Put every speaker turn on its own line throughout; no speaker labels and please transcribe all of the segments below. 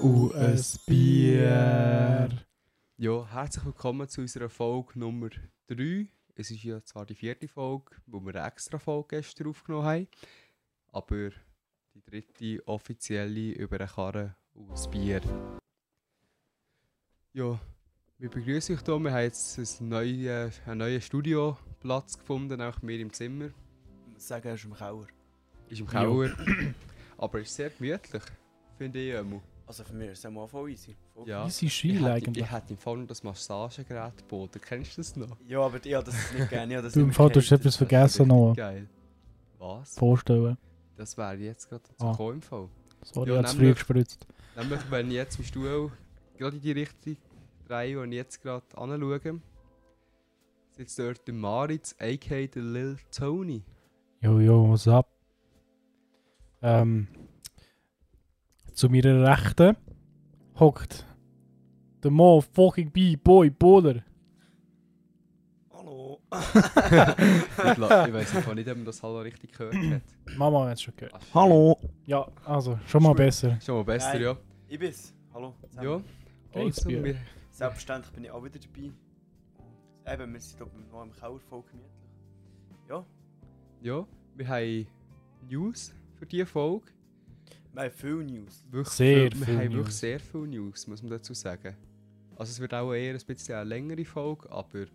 und ein Bier.
Ja, herzlich willkommen zu unserer Folge Nummer 3. Es ist ja zwar die vierte Folge, wo wir eine extra Folge gestern aufgenommen haben, aber die dritte offizielle über eine Karre und ein Bier. Ja, wir begrüßen euch hier. Wir haben jetzt einen neuen, einen neuen Studioplatz gefunden, auch mir im Zimmer.
Ich muss sagen, er ist im Keller.
Ist im Keller. aber ist sehr gemütlich, finde ich immer.
Also für mich ist es auch voll easy. Voll
Ja.
Easy
Ich
Schiel
hätte,
eigentlich.
ich hätte im Fall noch das Massagegerät geboten. Kennst du das noch?
easy. Ja, aber ich habe das nicht gerne. Ich habe das
Du, im
nicht
Fall, du hast
gekannt.
etwas
Das wär
vergessen
richtig
noch.
Geil. Was?
Vorstellen.
Das wäre jetzt gerade zu
Ah.
ah. im Fall.
Sorry,
Ja,
ich habe zu früh
nämlich-
gespritzt.
Nämlich, wenn ich jetzt im Stuhl gerade in die Richtung drehe und jetzt gerade anschaue, sitzt dort der Maritz, a.k.a. der Lil Tony.
Jo, jo, was ab? Ähm, zu meiner Rechten hockt der Mo fucking B Boy Boder.
Hallo.
Ich, la- ich weiß einfach nicht, ob man das hallo richtig gehört hat.
Mama hat es schon gehört.
Ah, shit.
Ja, also schon mal
Schwul.
besser.
Schon mal besser,
Nein.
ja.
Ich bin's. Hallo.
Ja.
zusammen.
Geht's
Also,
dir?
wir,
Selbstverständlich bin ich auch wieder dabei. Und Eben, wir sind oben noch im Keller voll gemütlich.
ja, wir haben News für diese Folge.
Wir haben viel News.
wirklich
Sehr
viel,
viel
wir haben wirklich
News.
sehr viel News, muss man dazu sagen. Also es wird auch eher ein bisschen eine längere Folge, aber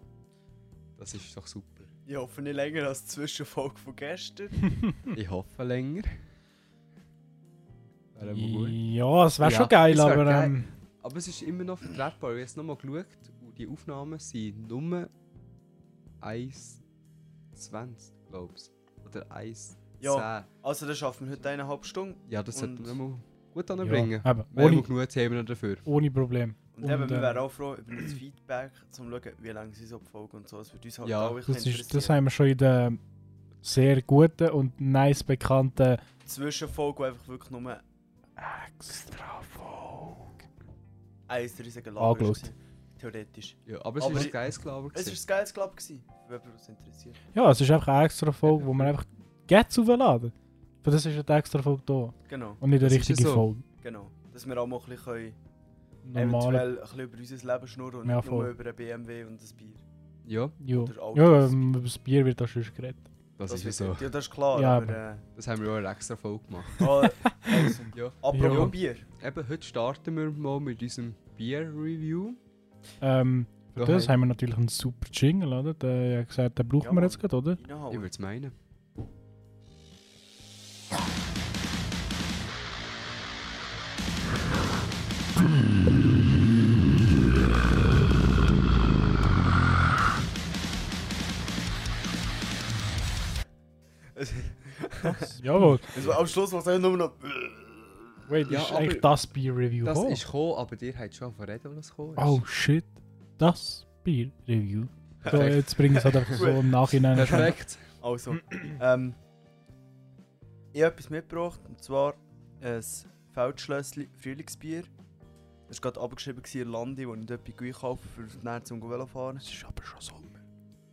das ist doch super.
Ich hoffe nicht länger als die Zwischenfolge von gestern.
Hm.
Ich hoffe länger. Wäre aber gut.
Ja, es wäre
Ja,
schon geil,
es wär
aber
geil.
ähm,
Aber es ist immer noch vertretbar. Ich habe jetzt nochmal geschaut und die Aufnahmen sind nur 1,20 glaube ich. Oder 1,10.
Ja. Also, dann schaffen wir heute eineinhalb Stunden.
ja, das sollten
Und-
wir mal gut
ja,
anbringen.
eben,
Wir haben
ohne,
genug Themen dafür.
ohne Problem.
Und,
Und,
eben, wir
äh,
wären auch froh über das Feedback, um zu schauen, wie lange sie so die Folge und so. Das würde uns halt
Ja,
auch ein bisschen
Das, ist, das
interessieren.
haben wir schon in der sehr guten und nice bekannten
Zwischenfolge, die einfach wirklich nur
extra Folge.
ein riesiger
Angeschaut.
war. Theoretisch.
Ja, aber es
Aber
ist ein
ich-
geiles Glaube
Es war ein geiles Club, gewesen, wenn jemand uns interessiert.
Ja, es ist einfach eine extra Folge, wo man einfach Gets aufladen. Für das ist eine extra Folge da
Genau,
und nicht eine
Das ist ja
richtige
so.
Folge.
genau. Dass wir auch mal ein bisschen, können,
Normale.
eventuell ein bisschen über unser Leben schnurren und
Ja,
nicht nur
voll.
über ein BMW und ein Bier.
Ja,
Ja,
oder Autos.
ja ähm, über das Bier wird da schon geredet.
das, ist ja
wird-
so.
Ja, das ist klar,
Ja,
aber...
Das haben wir auch eine extra Folge gemacht.
Äh, ah, also,
Ja.
apropos
Ja.
Bier.
Eben, heute starten wir mal mit unserem Bier-Review.
Ähm, für
Ja,
das
hey.
haben wir natürlich einen super Jingle, oder? Der, ich hab gesagt, den brauchen
Ja,
wir
Mann.
jetzt gerade, oder?
Ich würde
Reinhauen.
es meinen.
Es-
Jawohl.
Also, am Schluss war es einfach nur noch...
Wait,
Ja,
ist
aber-
eigentlich das Bier-Review
Das
gekommen?
ist gekommen, aber ihr habt schon von reden, was gekommen ist.
Oh shit, das Bier-Review. So,
Perfekt.
jetzt bringen sie es halt einfach so im Nachhinein.
Perfekt.
Also, ähm, ich habe etwas mitgebracht, und zwar ein Feldschlössli Frühlingsbier. Das war gerade abgeschrieben gewesen in Landi, wo ich dort bin einkaufen für näher zum Velo fahren.
Es ist aber schon Sommer.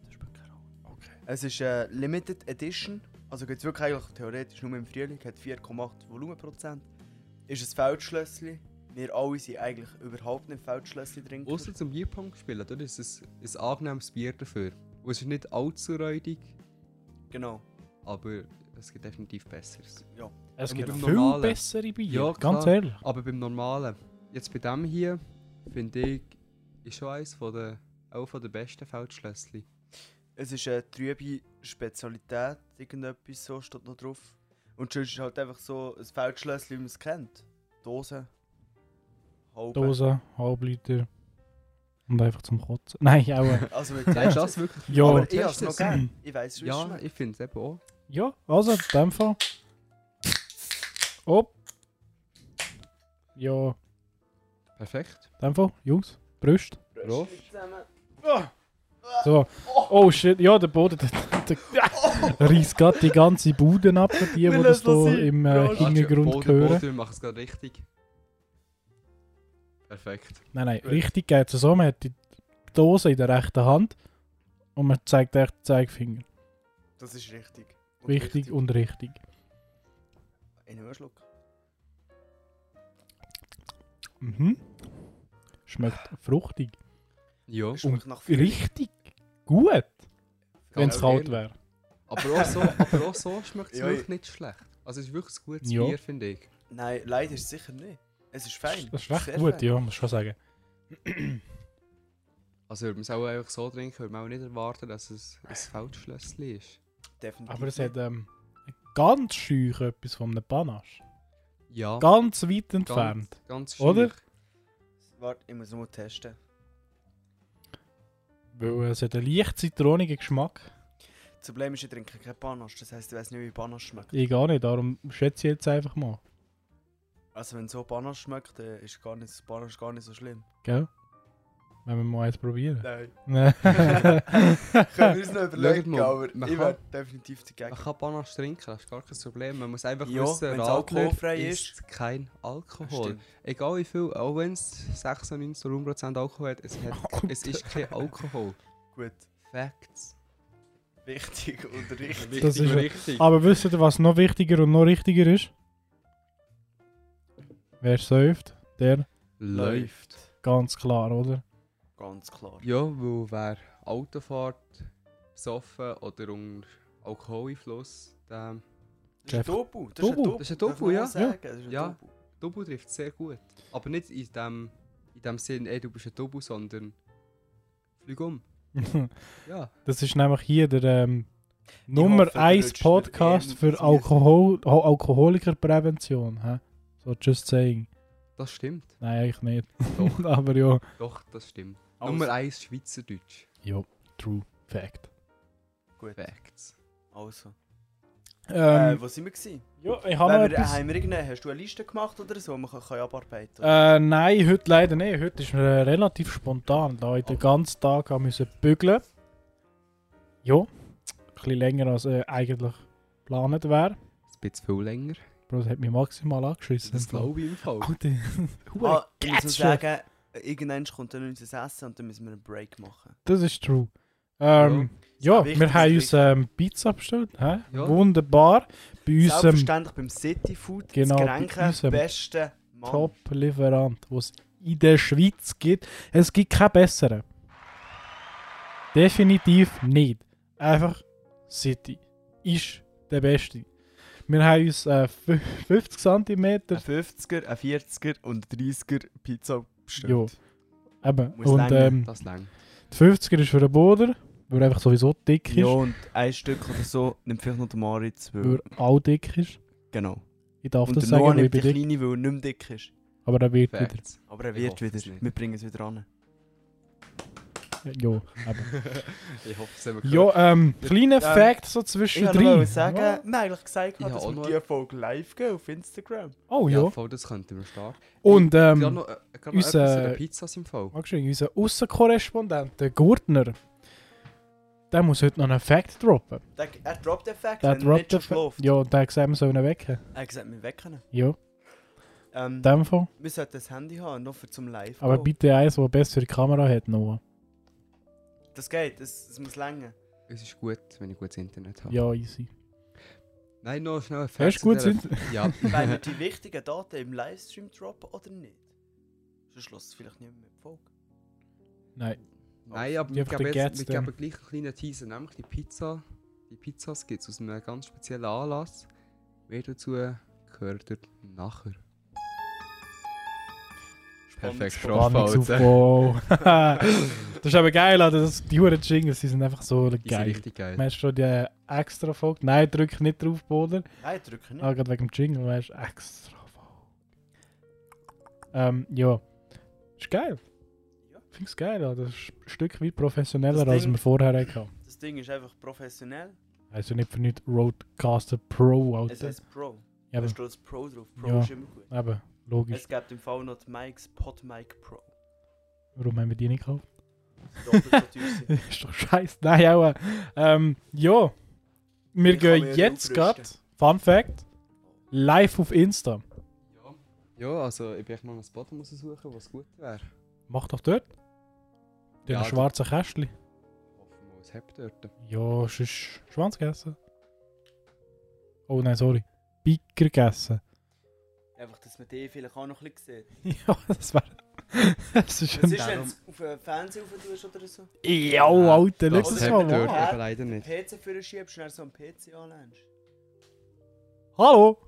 Das ist wirklich rau.
Okay.
Es ist äh, Limited Edition, also geht es wirklich eigentlich theoretisch nur im Frühling, hat 4,8 Volumenprozent. Ist ein Feldschlössli. Wir alle sind eigentlich überhaupt nicht Feldschlössli drin.
Außer zum Bierpong spielen, dort ist es ein angenehmes Bier dafür. Und es ist nicht allzu räudig,
Genau.
aber es gibt definitiv Besseres.
Es
Und
gibt
mit dem
viel
normalen.
bessere Bier,
Ja,
ganz
klar.
ehrlich.
Aber beim Normalen, jetzt bei dem hier, finde ich, ist schon eines von der, auch von der besten Feldschlössli.
Es ist eine trübe Spezialität, irgendetwas so steht noch drauf. Und sonst ist halt einfach so ein Feldschlösschen, wie man es kennt. Dose. Halbe.
Dose, Halbliter und einfach zum Kotzen. Nein, auch.
Also mit
Nein, ist das wirklich?
Ja.
Aber ich
Test
hab's noch
es.
gern. Ich weiss, wie es
Ja,
schmeckt.
ich finde es eben auch.
Ja, also in dem Fall. Op. Ja, in
Perfekt.
dem Fall, Jungs, Brust.
Prost.
So. Oh shit, ja, der Boden, der, der, der reißt gerade die ganze Bude ab für die,
Oh. Wir
die das
lassen es
hier
sein.
im
Ja,
äh,
ist
Hintergrund
Boden,
hören.
Boden, wir machen es gerade richtig. Perfekt.
Nein, nein,
Gut.
richtig geht es so. Man hat die Dose in der rechten Hand und man zeigt echt den Zeigefinger.
Das ist richtig. Und
Wichtig und richtig.
In einem Schluck.
Mhm. Schmeckt fruchtig.
Ja,
Ah. Schmeckt nach Frühling.
Richtig gut, wenn es
ganz
kalt
ehrlich.
wäre.
Aber auch so, aber auch so schmeckt es
Ja,
wirklich nicht schlecht. Also es ist wirklich ein gutes
Ja.
Bier, finde ich.
Nein, leider ist es sicher nicht. Es ist fein.
Das ist recht
sehr
gut,
fein.
ja, muss ich schon sagen.
Also würde man es auch einfach so trinken, würde man auch nicht erwarten, dass es ein Feldschlösschen ist.
Definitiv.
Aber es hat ähm, ganz schüch etwas von einem Panache.
Ja,
Ganz weit entfernt.
ganz schön.
Oder?
Warte, ich muss es mal testen.
Weil es hat einen leicht zitronigen Geschmack.
Das Problem ist, ich trinke kein Panache. Das heisst, ich weiß nicht, wie Panache schmeckt.
Ich gar nicht, darum schätze ich jetzt einfach mal.
Also, wenn so Panache schmeckt, dann ist gar nicht, Panache gar nicht so schlimm.
Gell? Wenn wir mal eins probieren.
Nein. Können wir
Nein.
uns noch
Schaut
überlegen,
mal,
aber
man
ich wäre definitiv
Man
dagegen.
kann Panache trinken, das ist gar kein Problem. Man muss einfach
Ja,
wissen,
wenn's
Radler
alkoholfrei
ist kein Alkohol.
Stimmt.
Egal wie viel, auch wenn es 96% Alkohol hat, es, hat, es ist kein Alkohol.
Gut.
Facts.
Wichtig und richtig.
Das ist-
und richtig.
Aber wisst ihr, was noch wichtiger und noch richtiger ist? Wer säuft, der
Läuft.
ganz klar, oder?
Ganz klar.
Ja, weil wer Auto fährt, besoffen oder unter Alkoholeinfluss, der
Das ist ein Tobu. Das ist ein
Tobu.
Tobu.
Das ist ein
Darf
Tobu,
man
ja.
auch sagen, das ist ein
Ja.
Tobu.
Double trifft sehr gut. Aber nicht in dem, in dem Sinn, ey, du bist ein Double, sondern flieg um. Ja.
das ist nämlich hier der ähm,
hoffe,
Nummer
du
1
rutscht mir
Podcast
eh
für
nicht
Alkohol, Ho- Alkoholikerprävention. Hä? So, just saying.
Das stimmt.
Nein, eigentlich nicht.
Doch.
Aber ja.
Doch, das stimmt.
Alles-
Nummer 1 Schweizerdeutsch.
Jo, true fact.
Gut.
Facts.
Also.
Ähm,
äh, wo sind wir gewesen?
ja, ich habe noch
Haben wir, äh,
etwas.
haben wir irgendeine, hast du eine Liste gemacht oder so? Man kann, kann ja abarbeiten.
Äh, nein, heute leider nicht. Heute ist mir äh, relativ spontan, da ich den ganzen Tag habe müssen bügeln. Ja, ein bisschen länger als äh, eigentlich geplant wäre.
Ein bisschen viel länger.
Bro, das hat mich maximal angeschissen.
Das glaube ich im Fall.
Alter,
ah, ich muss noch
Gatsche.
sagen, äh, irgendwann kommt dann unser Essen und dann müssen wir einen Break machen.
das ist true. Ähm, ja,
Ja, wichtig,
wir haben uns
wichtig.
ähm, Pizza bestellt. Hä?
Ja.
Wunderbar. Bei unserem
Selbstverständlich beim City Food,
Genau, bei
das Getränk,
unserem
beste Mann.
Top-Lieferant, den es in der Schweiz gibt. Es gibt keinen besseren. Definitiv nicht. Einfach City ist der Beste. Wir haben uns äh, fü- 50 cm.
Ein 50er, ein 40er und ein 30er Pizza bestellt.
Jo. Eben.
Muss
Und
länger.
ähm,
Das lang.
die 50er ist für den Boden, weil er einfach sowieso dick ist.
Ja, und ein Stück oder so nimmt vielleicht noch der Maritz, weil...
Weil er auch dick ist.
Genau.
Ich darf
und
das
der Noah
sagen, weil ich
nimmt die
bin dick.
Kleine, weil er nicht mehr dick ist.
Aber er wird wieder.
Facts.
Aber er
Ich
wird
hoffe es
wieder.
nicht.
Wir bringen es wieder an.
äh, Ja, eben.
ich hoffe, es haben wir gehört.
Ja, ähm, kleiner
Ähm,
Fact so
Ich wollte noch
zwischendrin.
sagen, wir haben eigentlich gesagt, ah,
Ich
dass
habe
wir
auch
diese Folge live gehen auf Instagram.
Oh
ja.
ja.
voll, das könnten wir starten.
Und ähm,
ich habe noch, äh, ich habe noch
unser-
etwas zu den Pizzas im Fall.
Magst du unseren Außenkorrespondent, den Gurtner, der muss heute noch einen Fact droppen.
Der, er droppt den Fact,
Der
wenn er Also
droppt
nicht schon
den Fa-
schläft.
Ja, und der gesagt, wir sollen ihn wecken.
Er hat gesagt, wir wecken ihn.
Ja,
Ähm,
in dem Fall.
wir sollten das Handy haben, noch für zum Live.
Aber
gehen.
bitte eins, das bessere Kamera hat, Noah.
Das geht, das, das muss länger.
Es ist gut, wenn ich gutes Internet habe.
Ja, easy.
Nein, noch schnell ein
Hast du
Fact.
gutes
zu dieser-
Internet?
Ja.
Wenn wir die wichtigen Daten im Livestream droppen oder nicht. Sonst lässt es vielleicht nicht mehr die Folge.
Nein.
Nein, aber
Die
wir
einfach
geben,
den
jetzt,
Gads
wir
dann.
geben gleich einen kleinen Teaser, nämlich die Pizza. Die Pizzas gibt es aus einem ganz speziellen Anlass. Mehr dazu gehört ihr nachher. Perfekt, Drauf halten.
Spannungsaufbau. das ist aber geil, Alter. Das, die Huren Jingles, die sind einfach so
Die sind
geil.
richtig geil.
Meinst du schon die extra Folge? Nein, drück nicht drauf, Boden.
Nein, drücken nicht.
Ah, gerade wegen dem Jingle, weißt du, extra Folge. Ähm, ja. Ist geil.
Ja.
Ich finde es geil, Alter. das ist ein Stück weit professioneller,
Das
als
Ding-
wir vorher hatten.
Das Ding ist einfach professionell.
Also nicht für nichts Roadcaster Pro,
Es
Alter.
heißt Pro.
Ja,
Da
aber,
steht das Pro drauf. Pro
Ja.
ist immer gut.
eben, logisch.
Es gibt im Fall noch die Mikes PodMic Pro.
Warum haben wir die nicht gekauft?
Doppelt so teuer sind.
ist doch scheiße. Nein, auch. äh, Ähm, ja. Wir
Ich kann
gehen
mich
jetzt
aufrüsten.
gerade, Fun Fact, live auf Insta.
Ja, also ich bin echt noch einen Spot muss suchen, was gut wäre.
Mach doch dort. Den
Ja,
schwarzen Kästchen.
Hoffen wir, es habt dort.
Ja, sonst Schwanz gegessen. Oh nein, sorry. Biker gegessen.
Einfach, dass man die vielleicht auch noch ein bisschen sieht.
ja, das wäre. das ist
Was
schon.
ist, wenn
darum-
du es auf den Fernseher rauf tust oder so?
Ja, Alter,
Das
schau
Letztes
das
hat
mal
dort
an.
Ja.
eben leider nicht.
PC für schiebst und dann so einen PC anlässt.
Hallo!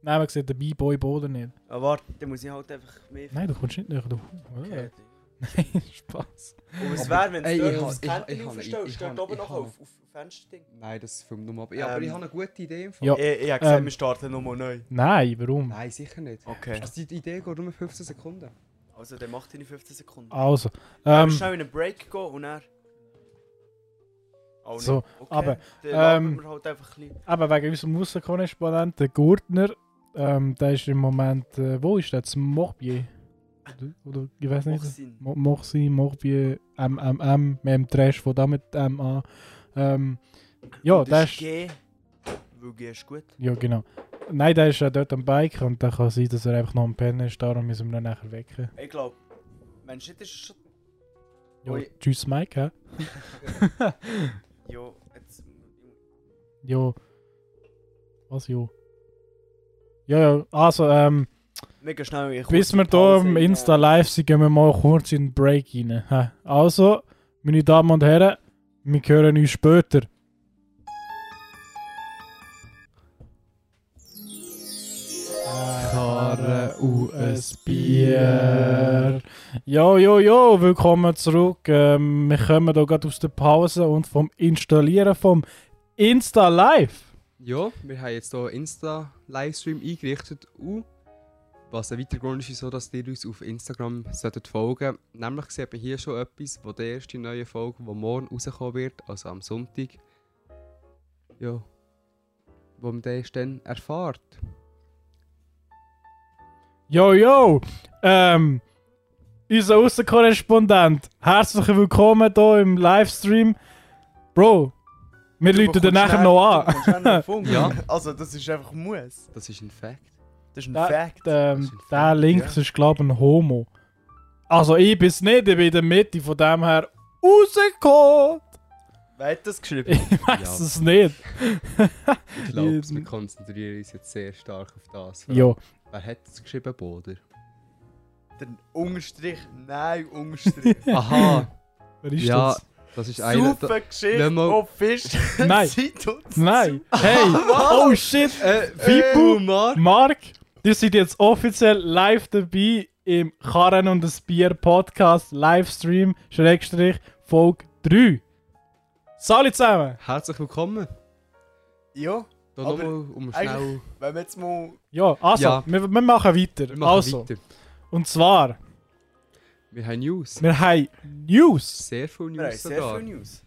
Nein, man sieht den B-Boy Boden nicht.
Aber warte, dann muss ich halt einfach mehr...
Nein, du kommst nicht näher. Du. Äh.
Okay.
Nein, Spaß.
Und was
Aber-
wäre, wenn
Ey,
du
ich
dort das
hab- ich hab- ich
Kännchen
hab- ich
aufstellst,
hab-
dort oben
ich
noch
hab-
auf, auf Fensterding?
Nein, das filmt nur ab. Ja, aber
Ähm,
ich habe eine gute Idee. Im Fall.
Ja.
Ich, ich habe gesehen,
Ähm.
wir starten nochmal neu.
Nein, warum?
Nein, sicher nicht.
Okay.
Also die Idee geht nur 15 Sekunden.
Also, der macht in 15 Sekunden.
Also,
Ähm,
ähm,
schnell in einen Break gehen und dann... Auch nicht.
so.
Okay,
aber,
Dann labern
ähm,
wir halt einfach ein bisschen.
Aber wegen unserem Außenkorrespondent, der Gurtner, ähm, der ist im Moment, äh, wo ist der? Zum Morbier? Oder, oder ich weiß nicht.
Hochsinn.
Mo- Mochsi, Morbier, MMM, mit dem Trash von da mit M an. Ähm, ja,
Und das
der
ist
ist.
G. Weil G ist gut.
Ja, genau. Nein, der ist ja dort am Bike und dann kann sein, dass er einfach noch am Pennen ist, darum müssen wir ihn nachher wecken.
Ich glaube, Mensch, das ist schon...
Ja,
Ui.
Tschüss, Mike, hä?
Ja, jetzt...
Ja. Was, ja? Ja, ja, also, ähm,
Mega schnell. Ich
bis wir hier
Pause
im
in, äh,
Insta live sind, gehen wir mal kurz in den Break rein. hä? Also, meine Damen und Herren, wir hören uns später.
Karre und ein
Bier. Jo, jo, jo, willkommen zurück. Ähm, wir kommen hier gerade aus der Pause und vom Installieren vom Insta Live.
Ja, wir haben jetzt hier Insta-Livestream eingerichtet und was ein weiterer Grund ist, ist so, dass ihr uns auf Instagram solltet folgen solltet. Nämlich sieht man hier schon etwas, wo die erste neue Folge, die morgen rauskommen wird, also am Sonntag, ja, wo man das dann erfährt.
Jo, jo, ähm, unser Außenkorrespondent, herzlich willkommen hier im Livestream. Bro, wir läuten
bekommst
dann nachher
schnell-
noch
du
an.
bekommst schnell einen Funk.
Ja.
Also, das ist einfach muss.
Das ist ein Fact.
Das ist ein
Da-
Fact.
Ähm,
Das ist
der
ein
links
Fact,
ist, glaube ich, ein Homo. Also, ich bin's nicht, ich bin in der Mitte, von dem her rausgekommen.
Wer hat das geschrieben?
Ich weiß
Ja.
es nicht.
Ich glaube,
Jeden-
wir konzentrieren uns jetzt sehr stark auf das.
Ja,
Wer hat das geschrieben? Boder.
Der Unterstrich? Nein, Unterstrich.
Aha,
wer ist
Ja.
das?
das ist einer... Da,
Super Geschichte
Nicht mal-
auf Fisch.
Nein.
Seid uns
Nein, hey, oh shit.
äh,
Vipu,
äh, Mark.
Mark, ihr seid jetzt offiziell live dabei im Karren und das Bier Podcast Livestream, Schrägstrich, Folge 3. Salut zusammen!
Herzlich willkommen.
zu. Ja,
Da
Aber
nochmal um
eigentlich-
schnell...
wenn wir jetzt mal...
Ja, also,
Ja.
Wir, wir machen weiter.
Wir machen
also,
weiter.
und zwar,
Wir haben News.
wir haben News.
Sehr viel
Wir haben
News
sehr
sogar.
viel News.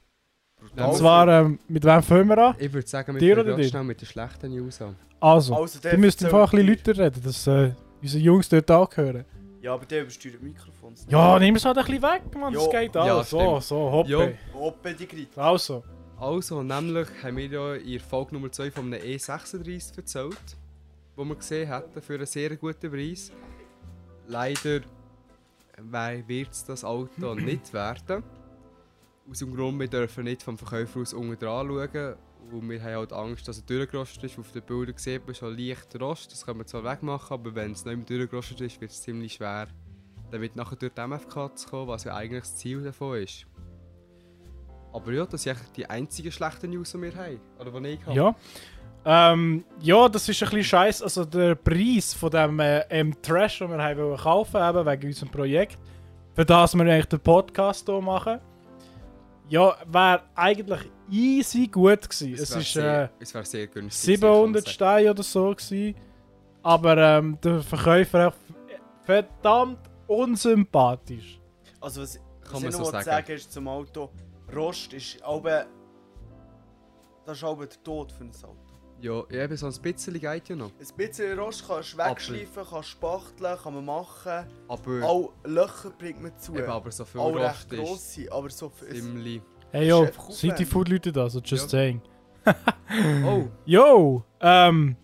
Und
Also-
zwar, ähm, mit wem fangen wir an?
Ich würde sagen, wir
Dir oder
fangen ganz
dir?
schnell mit den schlechten News an.
Also,
Also, der
ihr müsst
erzählt
einfach ein
dir-
bisschen lauter reden, dass äh, unsere Jungs dort angehören.
Ja, aber der übersteuert das Mikrofon.
Ja, nimm es halt ein bisschen weg, Mann, das
Jo.
geht
Ja,
alles. so,
stimmt.
so, hoppe.
Jo.
Open die Grit.
Also,
Also, nämlich haben wir ja in der Folge Nummer 2 von einem E36 erzählt, wo wir gesehen hatten, für einen sehr guten Preis. Leider wird es das Auto nicht werden. Aus dem Grund, wir dürfen nicht vom Verkäufer aus unten dran schauen. Und wir haben halt Angst, dass er durchgerostet ist. Auf den Bildern sieht man schon leicht Rost. Das können wir zwar wegmachen, aber wenn es nicht mehr durchgerostet ist, wird es ziemlich schwer, damit nachher durch die MFK zu kommen, was ja eigentlich das Ziel davon ist. Aber ja, das sind eigentlich die einzigen schlechten News, die wir haben. Oder die ich habe.
ja. Ähm, ja, das ist ein bisschen scheiße. Also, der Preis von dem äh, ähm, Trash, den wir haben wollen kaufen eben wegen unserem Projekt, für das wir eigentlich den Podcast hier machen, ja, wäre eigentlich easy gut gewesen. Es,
es wäre
ist. Äh,
sehr, es wäre sehr günstig. gewesen, kann man
700
sagen.
Steine oder so gsi, aber ähm, der Verkäufer echt verdammt unsympathisch.
Also, was, was
man
ich
so
noch sagen.
sagen.
sagen ist zum Auto, Rost ist aber... Das ist aber der Tod für ein Auto.
Ja, eben so ein bisschen geht ja noch.
Ein bisschen Rost kannst du wegschleifen, kannst spachteln, kann man machen.
Aber,
Auch Löcher bringt man zu.
eben, aber so viel
Auch recht
Rost ist
grosse, aber so viel.
ziemlich...
Hey yo,
ist einfach aufwendig.
City Food Leute das, also just
Ja.
saying.
Oh!
Yo, ähm,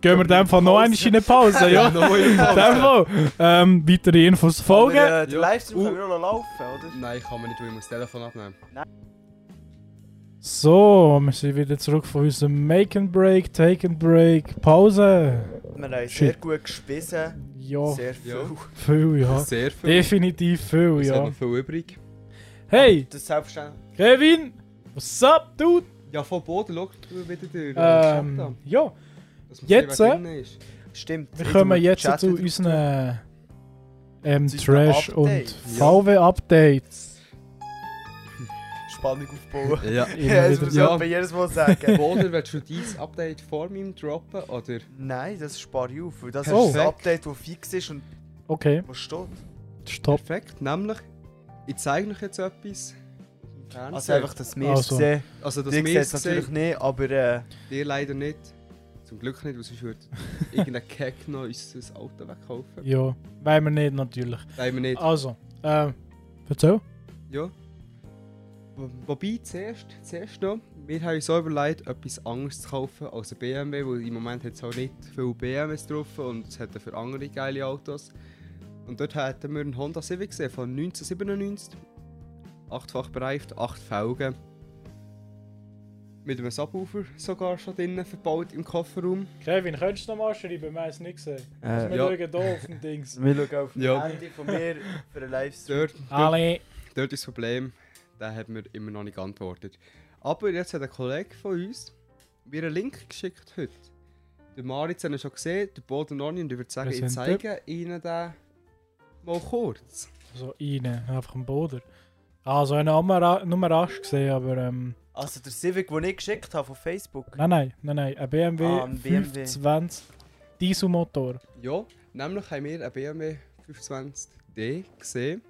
gehen wir in dem Fall noch
Pause.
eine kleine Pause, ja?
noch in
In dem Fall, ähm, weitere Infos folgen.
Aber, äh,
Ja.
der Livestream
Uh.
kann ja noch laufen, oder?
Nein, kann man nicht, weil ich muss das Telefon abnehmen.
So, wir sind wieder zurück von unserem Make and Break, Take and Break, Pause.
wir haben sehr
Shit. Oh.
gut gespissen.
Ja,
Sehr viel.
Ja.
viel, ja.
Sehr viel.
Definitiv viel,
Es hat
ja.
noch viel übrig.
Hey,
Das ist selbstverständlich.
Kevin! What's up, dude?
Ja, von Boden, schau du wieder den ähm,
Ähm,
Chat an.
ja,
dass man sieht,
jetzt, äh?
wer drin ist.
Stimmt.
wir
Jetzt
kommen
haben
jetzt
gechattet
zu
drauf.
unseren ähm,
Zu unseren
Trash- und
Updates.
VW-Updates.
Spannung aufbauen.
Immer
Ja.
das
wieder-
muss
Ja.
jemand jedes Mal sagen.
Boden, willst du dein Update vor meinem droppen? Oder?
Nein, das spare ich auf, weil das
Oh.
ist ein Update, das fix ist und
Okay,
was steht. Also
stopp.
Perfekt, nämlich, ich zeige euch jetzt etwas. auf dem Fernseher.
Also einfach, dass wir es
Also.
sehen.
also
Das
dass
ihr
wir
seht
es
es natürlich
sehen,
nicht, aber äh,
ihr leider nicht. Zum Glück nicht, weil sonst würde irgendein Keck noch unser Auto wegkaufen.
Ja, weil wir nicht natürlich.
Nein, wir nicht.
Also, ähm, erzähl.
Ja. Wo- Wobei, zuerst, zuerst noch, wir haben uns auch überlegt, etwas anderes zu kaufen als ein BMW, weil im Moment hat es auch nicht viele BMWs drauf und es hat dafür andere geile Autos. Und dort hätten wir einen Honda Civic gesehen von 1997. Achtfach bereift, acht Felgen. Mit einem Subwoofer sogar schon drinnen verbaut im Kofferraum. Also
Kevin, könntest du nochmal schreiben? Wir haben es nicht gesehen.
äh,
wir ja.
schauen hier auf den Dings.
wir schauen auf
Ja.
das Handy von mir für einen Livestream.
Dort, dort,
Alle.
dort ist das Problem, da hat mir immer noch nicht geantwortet. Aber jetzt hat ein Kollege von uns mir einen Link geschickt heute. Der Maritz hat ihn schon gesehen, der Boden noch nicht. Und ich würde sagen,
Wir
ich
sind
zeige Ihnen den mal kurz.
So rein, einfach am Boden. Also, ich habe nur, nur rasch gesehen, aber ähm,
Also der Civic, den ich geschickt habe von Facebook.
nein, nein, nein, nein. Ein BMW,
Ah, ein BMW.
520 Dieselmotor.
Ja, nämlich haben wir einen BMW 520D gesehen.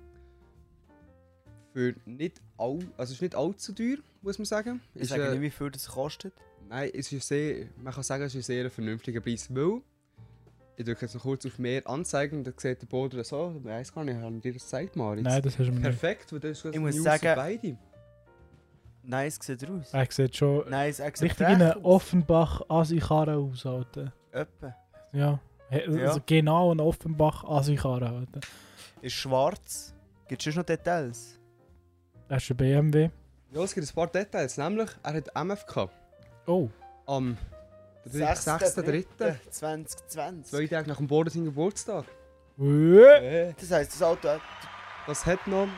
Für nicht, all, also es ist nicht allzu teuer, muss man sagen.
Ich
Ist,
sage
äh,
nicht, wie viel das kostet.
Nein, es ist sehr, man kann sagen, es ist ein sehr vernünftiger Preis, weil ich drücke jetzt noch kurz auf mehr anzeigen und dann sieht der Boden so, ich weiß gar nicht, haben dir das gezeigt, Maritz?
Nein, das hast du mir nicht.
Perfekt, weil das ist
Ich muss
News
sagen-
für beide.
Nice sieht er aus.
Er sieht schon
Nice, er sieht
richtig
recht
in eine
aus.
offenbach asikarre aus, Alter.
Etwa.
Ja. He- Also
Ja.
genau ein offenbach asikarre Alter.
Ist schwarz. Gibt es sonst noch Details?
Das ist ein BMW.
Ja, es gibt ein paar Details, nämlich, er hat MFK
Oh.
am 6.3.,
2020.
zwei Tage nach dem Boden seinem Geburtstag.
Äh.
Das heisst, das Auto hat
Das hat noch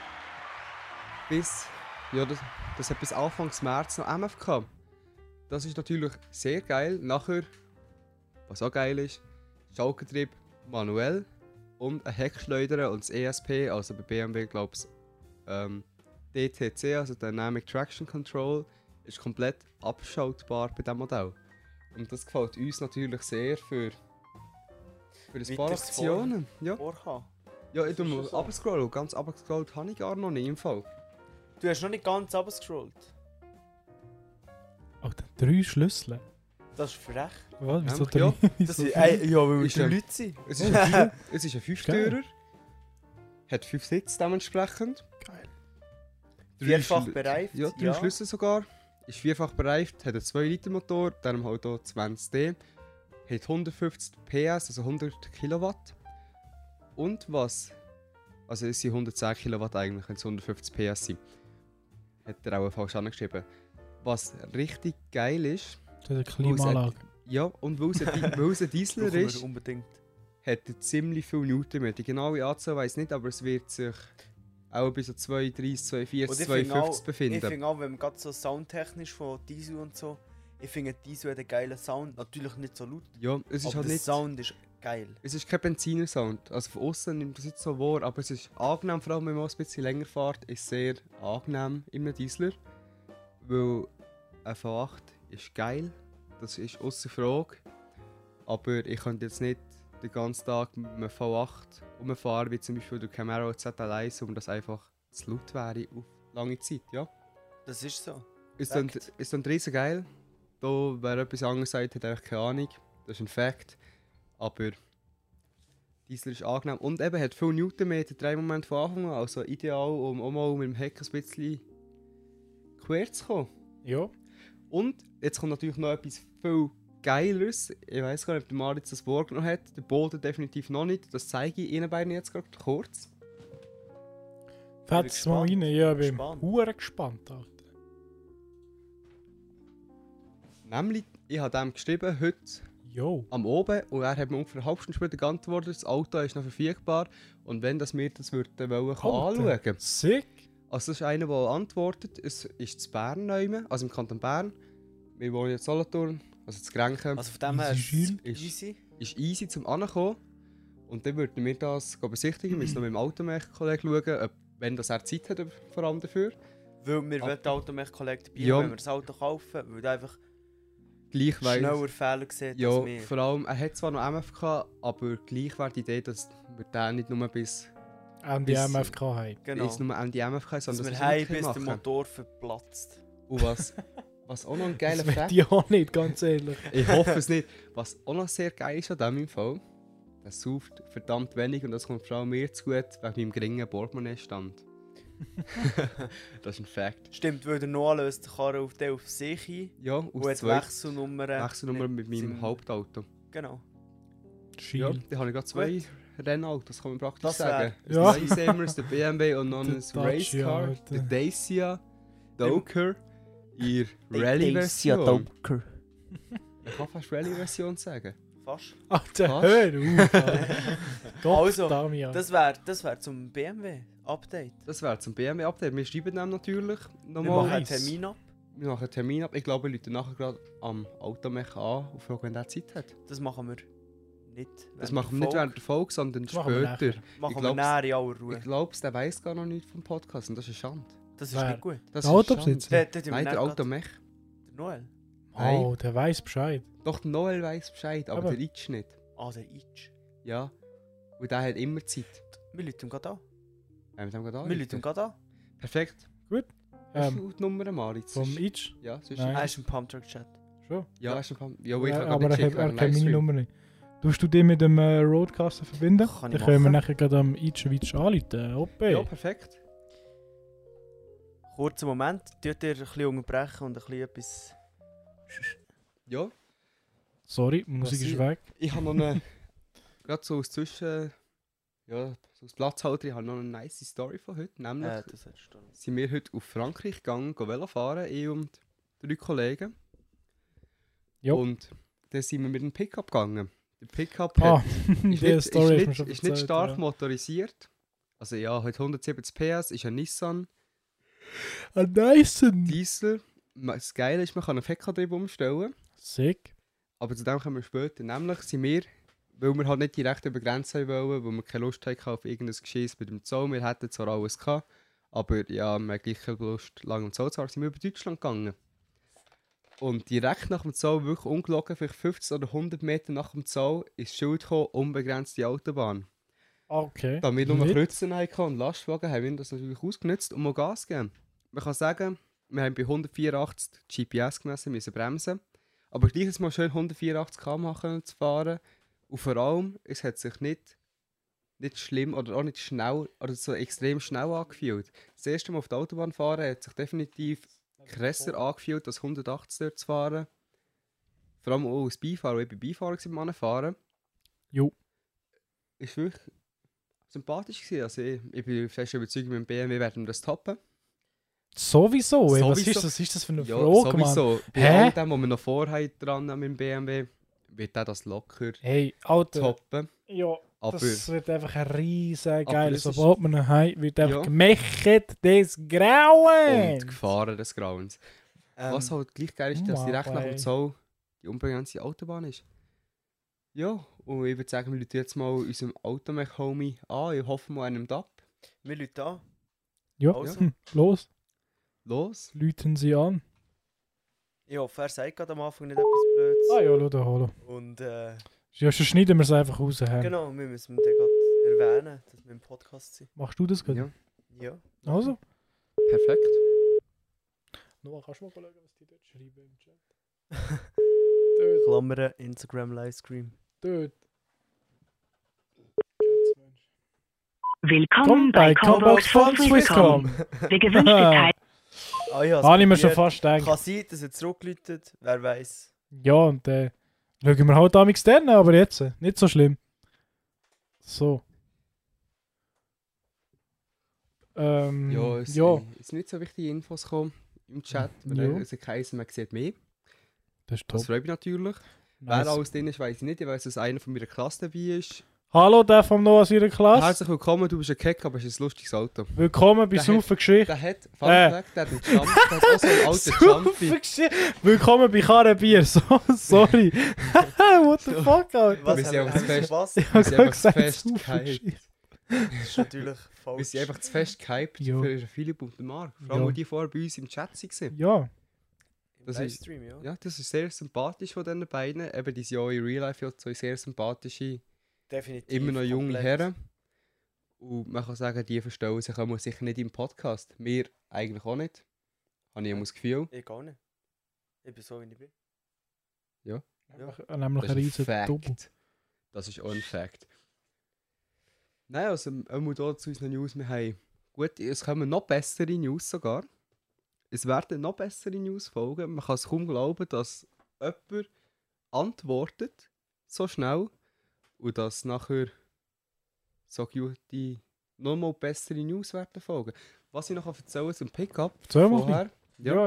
bis, ja, das, das hat bis Anfang März noch MFK. Das ist natürlich sehr geil. Nachher, was auch geil ist, Schalkentrieb manuell und ein Heckschleuder und das ESP, also bei BMW glaube ich, ähm, DTC, also Dynamic Traction Control, ist komplett abschaltbar bei diesem Modell. Und das gefällt uns natürlich sehr für, für ein paar
Weiteres Fahren.
Aktionen. Ja.
Orca.
Ja, ich tu
ist
mal
schon so.
abscrollen. Ganz abgescrollt habe ich gar noch nicht im Fall.
Du hast noch nicht ganz abgescrollt.
Alter, drei Schlüssel.
Das ist frech.
Was? Wieso
Nämlich, ja.
drei?
Das
Wieso
sind,
drei?
ey, ja, weil
Ist
die
ja-
Leute sind.
Es ist ein, Fünf- es ist ein Fünftürer.
Geil.
Hat fünf Sitze dementsprechend.
Geil.
Drei
Vierfach
Schlü-
bereift.
Ja, drei Schlüssel sogar. Ist vierfach bereift, hat einen 2-Liter-Motor, dann halt auch 20D. Hat 150 PS, also 100 Kilowatt. Und was? Also es sind 110 Kilowatt eigentlich, wenn es 150 PS sind. Hat er auch falsch angeschrieben. Was richtig geil ist,
Das ist eine Klimaanlage.
Ja, und weil es ein, Di- weil es ein Diesler
Brauchen wir um.
ist,
unbedingt.
hat er ziemlich viel Newtonmeter. Die genaue Anzahl weiß nicht, aber es wird sich auch bis so 32, 42,
Und ich finde
52
Ich
befinden.
finde auch, wenn man gerade so soundtechnisch von Diesel und so, ich finde Diesel hat einen geilen Sound. Natürlich nicht so laut,
Ja, es ist
aber
halt
der
nicht.
Sound ist geil.
Es ist kein Benziner-Sound. Also von außen nimmt das nicht so wahr, aber es ist angenehm, vor allem wenn man auch ein bisschen länger fährt, ist sehr angenehm in einem Diesler. Weil ein V8 ist geil, das ist außer Frage. Aber ich könnte jetzt nicht den ganzen Tag mit einem V8 rumfahren, wie zum Beispiel der Camaro Z1, um das einfach zu laut wäre auf lange Zeit, ja.
Das ist so.
Ist dann,
Fact.
ist dann riesen geil. Da, wer etwas anderes sagt, hat eigentlich keine Ahnung. Das ist ein Fakt. Aber Diesel ist angenehm. Und eben hat viel Newtonmeter, drei Momente von Anfang an. Also ideal, um auch mal mit dem Heck ein bisschen quer zu kommen.
Ja.
Und jetzt kommt natürlich noch etwas viel Geileres. Ich weiß gar nicht, ob der Maritz das Wort noch hat. Der Boden definitiv noch nicht. Das zeige ich Ihnen beiden jetzt gerade kurz.
Fährt es mal rein. Ja, ich bin
Gespannt.
huere gespannt, Alter.
Nämlich, ich habe dem geschrieben, heute
Jo.
am Oben und er hat mir ungefähr eine halbe Stunde später geantwortet, das Auto ist noch verfügbar und wenn das wir das würden wollen, kann
Alter.
anschauen.
Sick.
Also das ist einer, der antwortet, es ist zu Bern neume, also im Kanton Bern. Wir wohnen jetzt Solothurn, also zu Grenken.
Also von dem her
Easy
ist
Schiel.
es easy.
ist easy zum Ankommen und dann würden wir das go besichtigen, müssen noch mit dem Automech-Kollegen schauen, ob, wenn das er Zeit hat ob- vor allem dafür.
Weil wir
Ah.
wollen Automech Collect dabei,
Ja.
wenn wir das Auto kaufen, weil er einfach
Gleich weiss-
schneller Fehler sieht
Ja,
als wir.
vor allem, er hat zwar noch MFK, aber gleich wäre die Idee, dass wir den nicht nur bis,
Und die
Bis-
MFK haben.
Genau.
bis nur an die MFK,
dass
sondern
wir
wir
heim,
wirklich
bis der
machen.
Motor verplatzt.
Und was, was auch noch ein geiler
Das will
Fakt
ich auch nicht, ganz ehrlich.
Ich hoffe es nicht. Was auch noch sehr geil ist an diesem Fall, er sauft verdammt wenig und das kommt vor allem mir zu gut wegen meinem geringen Portemonnaie-Stand. das ist ein Fakt.
Stimmt, weil der Noah löst die Karre auf, den auf sich ein.
Ja,
Und
aus
hat
zwei
Wechselnummern.
Wechselnummer mit meinem
sind-
Hauptauto.
Genau.
Ja,
Schiel.
da habe ich gerade zwei Rennautos, kann man praktisch
Das wär-
sagen.
Ja.
Ein Seamers, der BMW und noch
Der
ein
Dacia,
Racecar,
Alter.
der Dacia, Doker, ihr Rally-Version.
Doker.
Man kann fast Rally-Version sagen.
Fast.
Alter,
Was?
hör auf. Alter. Gott,
Also,
Damian.
Das wäre das wär zum BMW-Update.
Das wäre zum BMW-Update. Wir schreiben dem natürlich
Wir
nochmal.
machen einen
nice.
Termin ab.
Wir machen einen Termin ab. Ich glaube, ich rufe nachher gerade am Automech an und frage, wenn der Zeit hat.
Das machen wir nicht.
Das
während
machen wir
der
nicht
Folge.
während der Folge, sondern
Das machen wir
später.
nachher.
Machen wir
glaub's-
näher in aller Ruhe.
Ich glaube, der weiß gar noch nichts vom Podcast und das ist eine Schande.
Das ist
Wer?
nicht gut.
Das
Der
ist eine
Autobesitzer?
Schande.
Da- da tun wir
Nein,
dann
der
grad-
Automech.
Der Noel.
Oh, der weiß Bescheid.
Doch, der Noel weiß Bescheid, aber,
Aber-
der Itch nicht.
Ah, der Itch.
Ja. Und der hat immer Zeit.
Wir rufen ihn gerade an.
Ja, mit dem geht
Wir rufen ihn
anrufen.
gerade an.
Perfekt. Hast
Ähm,
du die Nummer, Maritz?
vom Itch?
Ja, sonst...
Nein.
Er ist im Pumptruck-Chat.
Schon.
Ja, hast du ein paar... Ja, aber ich
Ja,
kann
aber
gerade
er, hat-
nicht
er
schicken,
kennt meine
Livestream.
Nummer nicht. Tust du die mit dem äh, Roadcaster verbinden?
Kann ich
Dann können wir
machen.
nachher gerade am Itch-Witch anrufen. Hoppe.
Ja, perfekt.
Kurzer Moment. Tut ihr ein bisschen unterbrechen und ein bisschen etwas...
Ja.
Sorry, die Musik
Was
ist
ich-
weg.
Ich habe noch eine. Gerade so aus Zwischen. Ja, so aus Platzhalter, ich habe noch eine nice Story von heute. Nämlich
Äh, das hättest du nicht.
sind wir heute auf Frankreich gegangen, go Velo fahren, ich und drei Kollegen.
Jo.
Und dann sind wir mit dem Pickup gegangen. Der Pickup
Ah,
hat, ist,
die
nicht,
Story
ist,
ist mir
nicht,
schon
ist nicht
erzählt,
stark
ja.
motorisiert. Also ja, hat 170 PS, ist ein Nissan
Ein Dyson.
Diesel. Ma- Das Geile ist, man kann einen Fekkatrieb umstellen.
Sick.
Aber zu dem kommen wir später. Nämlich sind wir, weil wir halt nicht direkt über die Grenze haben wollen, weil wir keine Lust hatten auf irgendein Geschiss mit dem Zoll. Wir hätten zwar alles gehabt, aber ja, wir hatten gleich keine Lust, lange im Zoll zu fahren, sind wir über Deutschland gegangen. Und direkt nach dem Zoll, wirklich ungelogen, vielleicht 50 oder 100 Meter nach dem Zoll, ist das Schild gekommen, unbegrenzte Autobahn.
Okay.
Da wir nur noch
Lit.
Kreuzen hatten und Lastwagen, haben wir das natürlich ausgenutzt und mal Gas gegeben. Man kann sagen, wir haben bei 184 GPS gemessen, müssen bremsen. Aber gleiches Mal schön 184 km/h können zu fahren. Und vor allem, es hat sich nicht, nicht schlimm oder auch nicht schnell oder so extrem schnell angefühlt. Das erste Mal auf der Autobahn fahren hat sich definitiv krasser angefühlt, als 180 dort zu fahren. Vor allem auch als Beifahrer, weil ich bin Beifahrer gewesen beim Fahren.
Jo.
Ist wirklich sympathisch gewesen. Also ich, ich bin fest überzeugt, mit dem BMW werden wir das toppen.
Sowieso, ey. Was
Sowieso.
ist, das, ist das für eine Frage, Mann?
Bei
Hä?
all dem, was wir noch vorhaben dran haben mit dem BMW, wird der das locker
Hey, Alter.
toppen.
Ja,
Aber
das wird einfach ein riesen
Aber
geil.
es ist-
Sobald man heim wird einfach
Ja. Oh,
gemächt, das
und
Grauen.
Gefahren des Grauens.
Ähm,
Was halt gleich geil ist, dass
Mann,
direkt nach
ey.
dem Zoll die unbegrenzte Autobahn ist. Ja, und ich würde sagen, wir rufen jetzt mal unserem Automech-Homie an. Ich hoffe mal, er nimmt ab.
Wir rufen an.
Ja,
Oh,
Also.
Hm, los,
Los.
läuten sie an.
Ich hoffe, er sagt gerade am Anfang nicht etwas Blödes.
Ah ja, schau da, hallo.
Und äh,
Ja, sonst schneiden wir es einfach raus. hä?
genau, wir müssen den gerade erwähnen, dass wir im Podcast sind.
Machst du das gut?
Ja.
Ja.
Also?
Perfekt.
Noah, kannst du mal schauen, was die dort schreiben im Chat?
Klammern, Instagram Livestream.
Dort, dort.
Willkommen bei Combox von Swisscom. Der gewünschte Teil.
Ah ja, es
Habe ich mir schon
probiert.
fast gedacht.
Kann sein, dass er zurückläutet, wer weiß.
Ja, und äh, schauen wir halt damals dann, aber jetzt äh, nicht so schlimm. So. Ähm,
Ja, es
ja,
äh, es sind nicht so wichtige Infos gekommen im Chat.
Ja.
Ja. Es hat geheißen, man sieht mehr.
das ist
Das
top.
freut mich natürlich.
Nice.
Wer alles drin ist, weiß ich nicht. Ich weiß, dass einer von meiner Klasse dabei ist.
Hallo, der vom Noah aus ihrer Klasse.
Herzlich willkommen, du bist ein Keck, aber es ist ein lustiges Auto.
Willkommen bei
Also, Der hat-
Saufen Geschichte.
Der hat, Fun
Äh.
Fact, der hat einen Jump, der hat auch so einen alten Jumpy.
Saufen Geschichte. Willkommen bei Karrenbier. So, sorry. What the fuck, Alter?
Wir sind
haben-
auf
haben
das
wir
Fest.
verpasst?
Ich hab
sind
gerade
einfach zu
gesagt,
fest
Saufen
gehypt.
Geschichte.
Das ist natürlich falsch.
Wir sind einfach zu fest gehypt
Ja.
für Philipp und den Marc. Vor allem,
Ja.
weil die vorher bei uns im Chat waren.
Ja,
Im
das ist-
Livestream, ja.
Ja, das ist sehr sympathisch von diesen beiden. Eben, die sind auch in Real Life ja zwei sehr sympathische,
Definitiv.
immer noch junge
komplett.
Herren. Und man kann sagen, die verstehen sich auch sicher nicht im Podcast. Wir eigentlich auch nicht. Habe ich immer das Gefühl.
Ich gar nicht. Ich bin so, wie ich bin.
nämlich ein riesen Double.
Das ist auch ein Fact. Nein, also einmal hier zu unseren News. Wir haben gut, es kommen noch bessere News sogar. Es werden noch bessere News folgen. Man kann es kaum glauben, dass jemand antwortet so schnell und dass nachher so gute, nochmal bessere News werden folgen. Was ich noch erzählen kann zum Pickup
Erzähl mal ein bisschen.
vorher.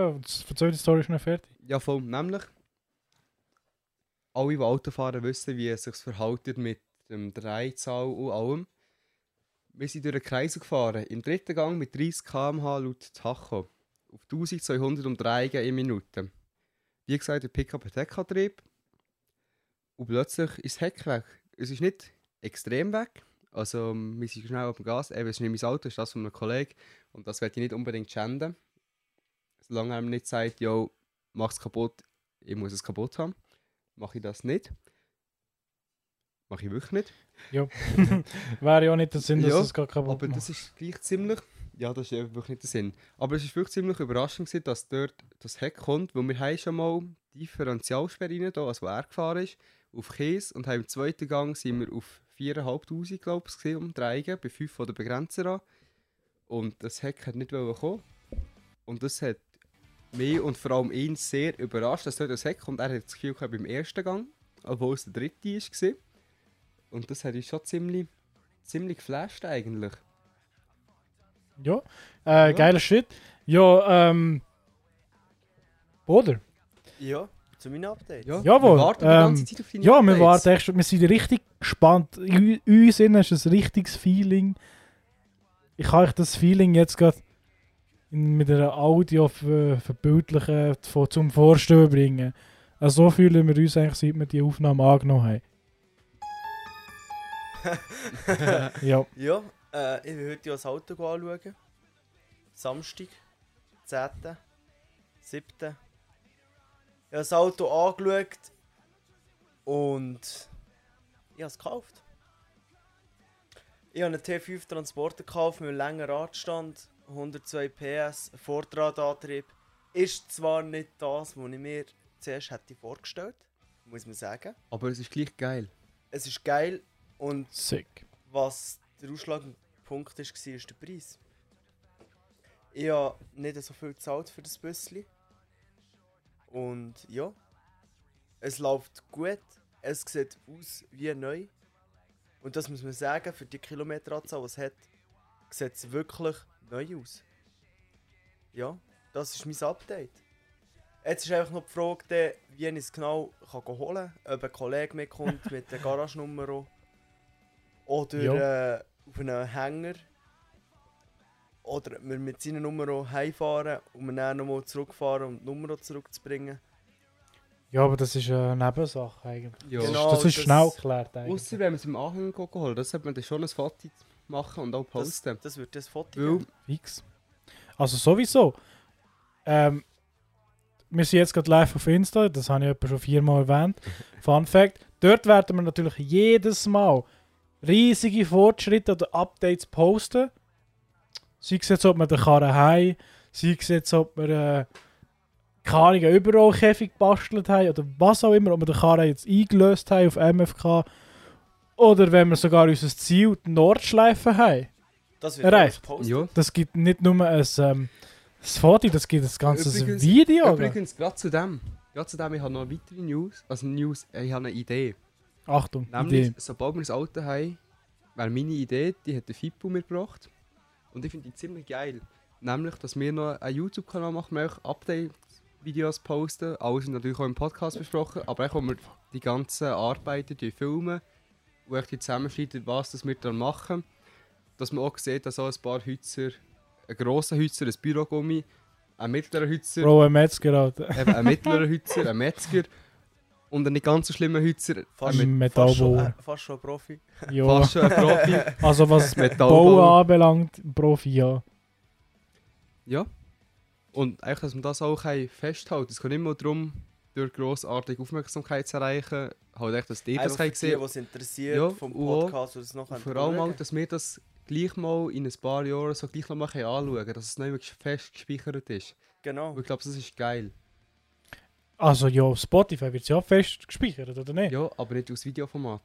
Ja, ja das- erzähl die Story schnell fertig.
Ja, voll. Nämlich, alle, die Auto fahren, wissen, wie es sich verhält mit dem Dreizahl und allem. Wir sind durch den Kreis gefahren, im dritten Gang mit 30 km/h laut Tacho. Auf 1200 Umdrehungen in Minute. Wie gesagt, der Pickup hat Heckantrieb. Und plötzlich ist das Heck weg. Es ist nicht extrem weg. Also, wir sind schnell auf dem Gas. Eben, es ist nicht mein Auto, es ist das von einem Kollegen. Und das werde ich nicht unbedingt schänden. Solange er mir nicht sagt, yo, mach's kaputt, ich muss es kaputt haben. Mache ich das nicht. Mache ich wirklich nicht.
Wäre ja auch nicht der Sinn, dass
Ja,
es gar kaputt
Aber das ist gleich ziemlich. Ja, das ist eben wirklich nicht der Sinn. Aber es ist wirklich ziemlich überraschend, gewesen, dass dort das Heck kommt, weil wir haben schon mal Differentialsperre rein, da, also wo er gefahren ist, auf Kies und haben im zweiten Gang sind wir auf 4'500, glaube ich, gewesen, umdrehen, bei 5 von der Begrenzer an. Und das Heck hat nicht wollen kommen. Und das hat mich und vor allem ihn sehr überrascht, dass dort das Heck kommt. Er hat das Gefühl gehabt beim ersten Gang, obwohl es der dritte war. Und das hat uns schon ziemlich, ziemlich geflasht eigentlich.
Ja, äh,
Ja.
geiler Shit. Ja, ähm. Oder?
Ja, zu meinen Updates.
Ja,
Jawohl,
wir warten die
ähm,
ganze Zeit auf deine
Ja, wir
Updates.
warten echt schon. Wir sind richtig gespannt. In uns innen ist ein richtiges Feeling. Ich kann euch das Feeling jetzt gerade in- mit einer Audio ver- verbildlichen von- zum Vorstellen bringen. Also so fühlen wir uns eigentlich, seit wir die Aufnahme angenommen haben. ja,
Ja, äh, ich will heute ja das Auto anschauen. Samstag, 10. 7. Ich habe das Auto angeschaut und ich habe es gekauft. Ich habe einen T5 Transporter gekauft mit einem langen Radstand, 102 PS, Vordradantrieb. Ist zwar nicht das, was ich mir zuerst hätte vorgestellt, muss man sagen.
Aber es ist gleich geil.
Es ist geil und
sick.
was der ausschlagende Punkt war, war ist der Preis. Ich habe nicht so viel gezahlt für das Büssli. Und ja, es läuft gut. Es sieht aus wie neu. Und das muss man sagen, für die Kilometeranzahl, die es hat, sieht es wirklich neu aus. Ja, das ist mein Update. Jetzt ist einfach noch die Frage, dann, wie ich es genau kann gehen holen kann. Ob ein Kollege mitkommt mit der Garagennummer. Oder äh, auf einen Hänger. Oder ob wir mit seiner Nummer heimfahren und wir dann nochmal zurückfahren, um die Nummer zurückzubringen.
Ja, aber das ist eine Nebensache eigentlich.
Ja.
Genau.
das ist
das-
schnell geklärt eigentlich.
Außer wenn wir es im Anhänger geholt das sollte man dann schon ein Foto machen und auch
Das,
posten.
das wird das Foto
Weil,
geben.
Fix. Also sowieso. Ähm, wir sind jetzt gerade live auf Insta, das habe ich etwa schon viermal erwähnt. Fun Fact: Dort werden wir natürlich jedes Mal riesige Fortschritte oder Updates posten. Sei es jetzt, ob wir den Karren haben, sei es jetzt, ob wir äh, keine Ahnung, einen Überrollkäfig gebastelt haben oder was auch immer, ob wir den Karren jetzt eingelöst haben auf MFK oder wenn wir sogar unser Ziel, die Nordschleife, haben.
Das wird alles
Erreicht.
gepostet.
ja.
Das gibt nicht nur ein, ähm, ein Foto, das gibt ein ganzes
Übrigens-
Video. oder?
Übrigens, gerade zu dem. Gerade zu dem, ich habe noch weitere News. Also News, äh, ich habe eine Idee.
Achtung,
Nämlich,
Idee.
sobald wir das Auto haben, wäre meine Idee, die hat der Fippo mir gebracht. Und ich finde die ziemlich geil. Nämlich, dass wir noch einen YouTube-Kanal machen, wo ich Updates Videos posten. Alles wird natürlich auch im Podcast besprochen. Aber auch, wo wir die ganzen Arbeiten die filmen und euch die zusammenschneiden, was das wir dann machen. Dass man auch sieht, dass auch ein paar Hützer, ein grosser Hützer, ein Bürogummi, ein mittlerer Hützer,
Bro, ein Metzger, Alter.
eben ein mittlerer Hützer, ein Metzger und ein nicht ganz so schlimmer Hützer,
Fast-
ein
fast, schon,
Metallbauer.
äh, fast schon Profi.
Ja.
fast schon ein Profi.
Also was Bauen
Metallbauer.
anbelangt, Profi, ja.
Ja. Und eigentlich, dass man das auch kann festhalten Es geht nicht mehr darum, durch grossartige Aufmerksamkeit zu erreichen. Halt echt, dass die das
Einfach
können
für die,
sehen
die es interessiert
Ja,
vom
und auch-
Podcast, oder es noch
Und
können
vor allem auch,
anschauen.
dass wir das gleich mal in ein paar Jahren so gleich nochmal anschauen können, dass es nicht mehr fest gespeichert ist.
Genau.
Und ich glaube, das ist geil.
Also ja, auf Spotify wird ja fest gespeichert, oder nicht?
Ja, aber nicht aus Videoformat.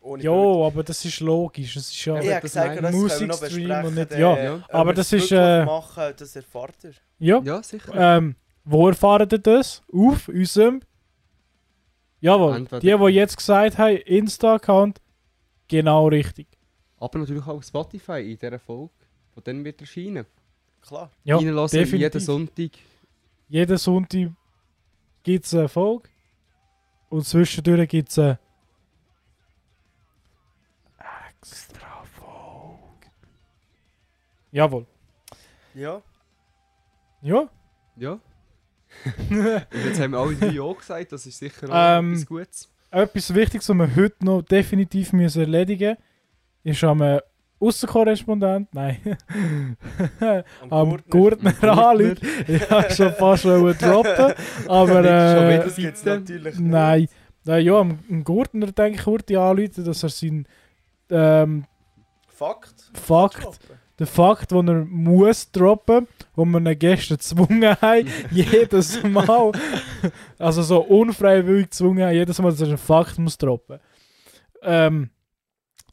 Ohne
Ja,
Bild.
aber das ist logisch. Das ist ja,
Ich
aber
ja.
habe
das
gesagt,
mein
das können wir noch
Musikstream und
besprechen.
nicht-
äh,
ja.
Ja.
ob
Aber
wir
das
es
ist,
wirklich
äh,
machen, halt, das erfahrt ihr.
Ja, sicher.
Ähm, wo erfahren ihr das? Auf unserem. Jawohl,
Entweder-
die, die jetzt gesagt haben, Insta-Account, genau richtig.
Aber natürlich auch auf Spotify in dieser Folge, die dann wird erscheinen.
Klar.
Ja,
Reinlassen jeden
definitiv.
Sonntag.
Jeden Sonntag gibt es eine Folge und zwischendurch gibt es eine extra Folge. Jawohl.
Ja.
Ja,
Ja. Und jetzt haben wir alle drei Ja gesagt, das ist sicher auch
Ähm,
etwas Gutes.
etwas Wichtiges, was wir heute noch definitiv müssen erledigen müssen, ist am äh, Aussenkorrespondent, nein,
Am
am
Gurtner.
Gurtner anrufen. Ich habe schon fast wollen droppen, aber
Schon
äh,
wieder
Das gibt's
Bitte.
natürlich nicht.
nein. Äh, ja, am am Gurtner denke ich, Kurti anrufen, dass er seinen ähm,
Fakt.
Fakt der Fakt, den er muss droppen, den wir ihn gestern gezwungen haben, jedes Mal, also so unfreiwillig gezwungen haben, jedes Mal, dass er einen Fakt muss droppen. Ähm,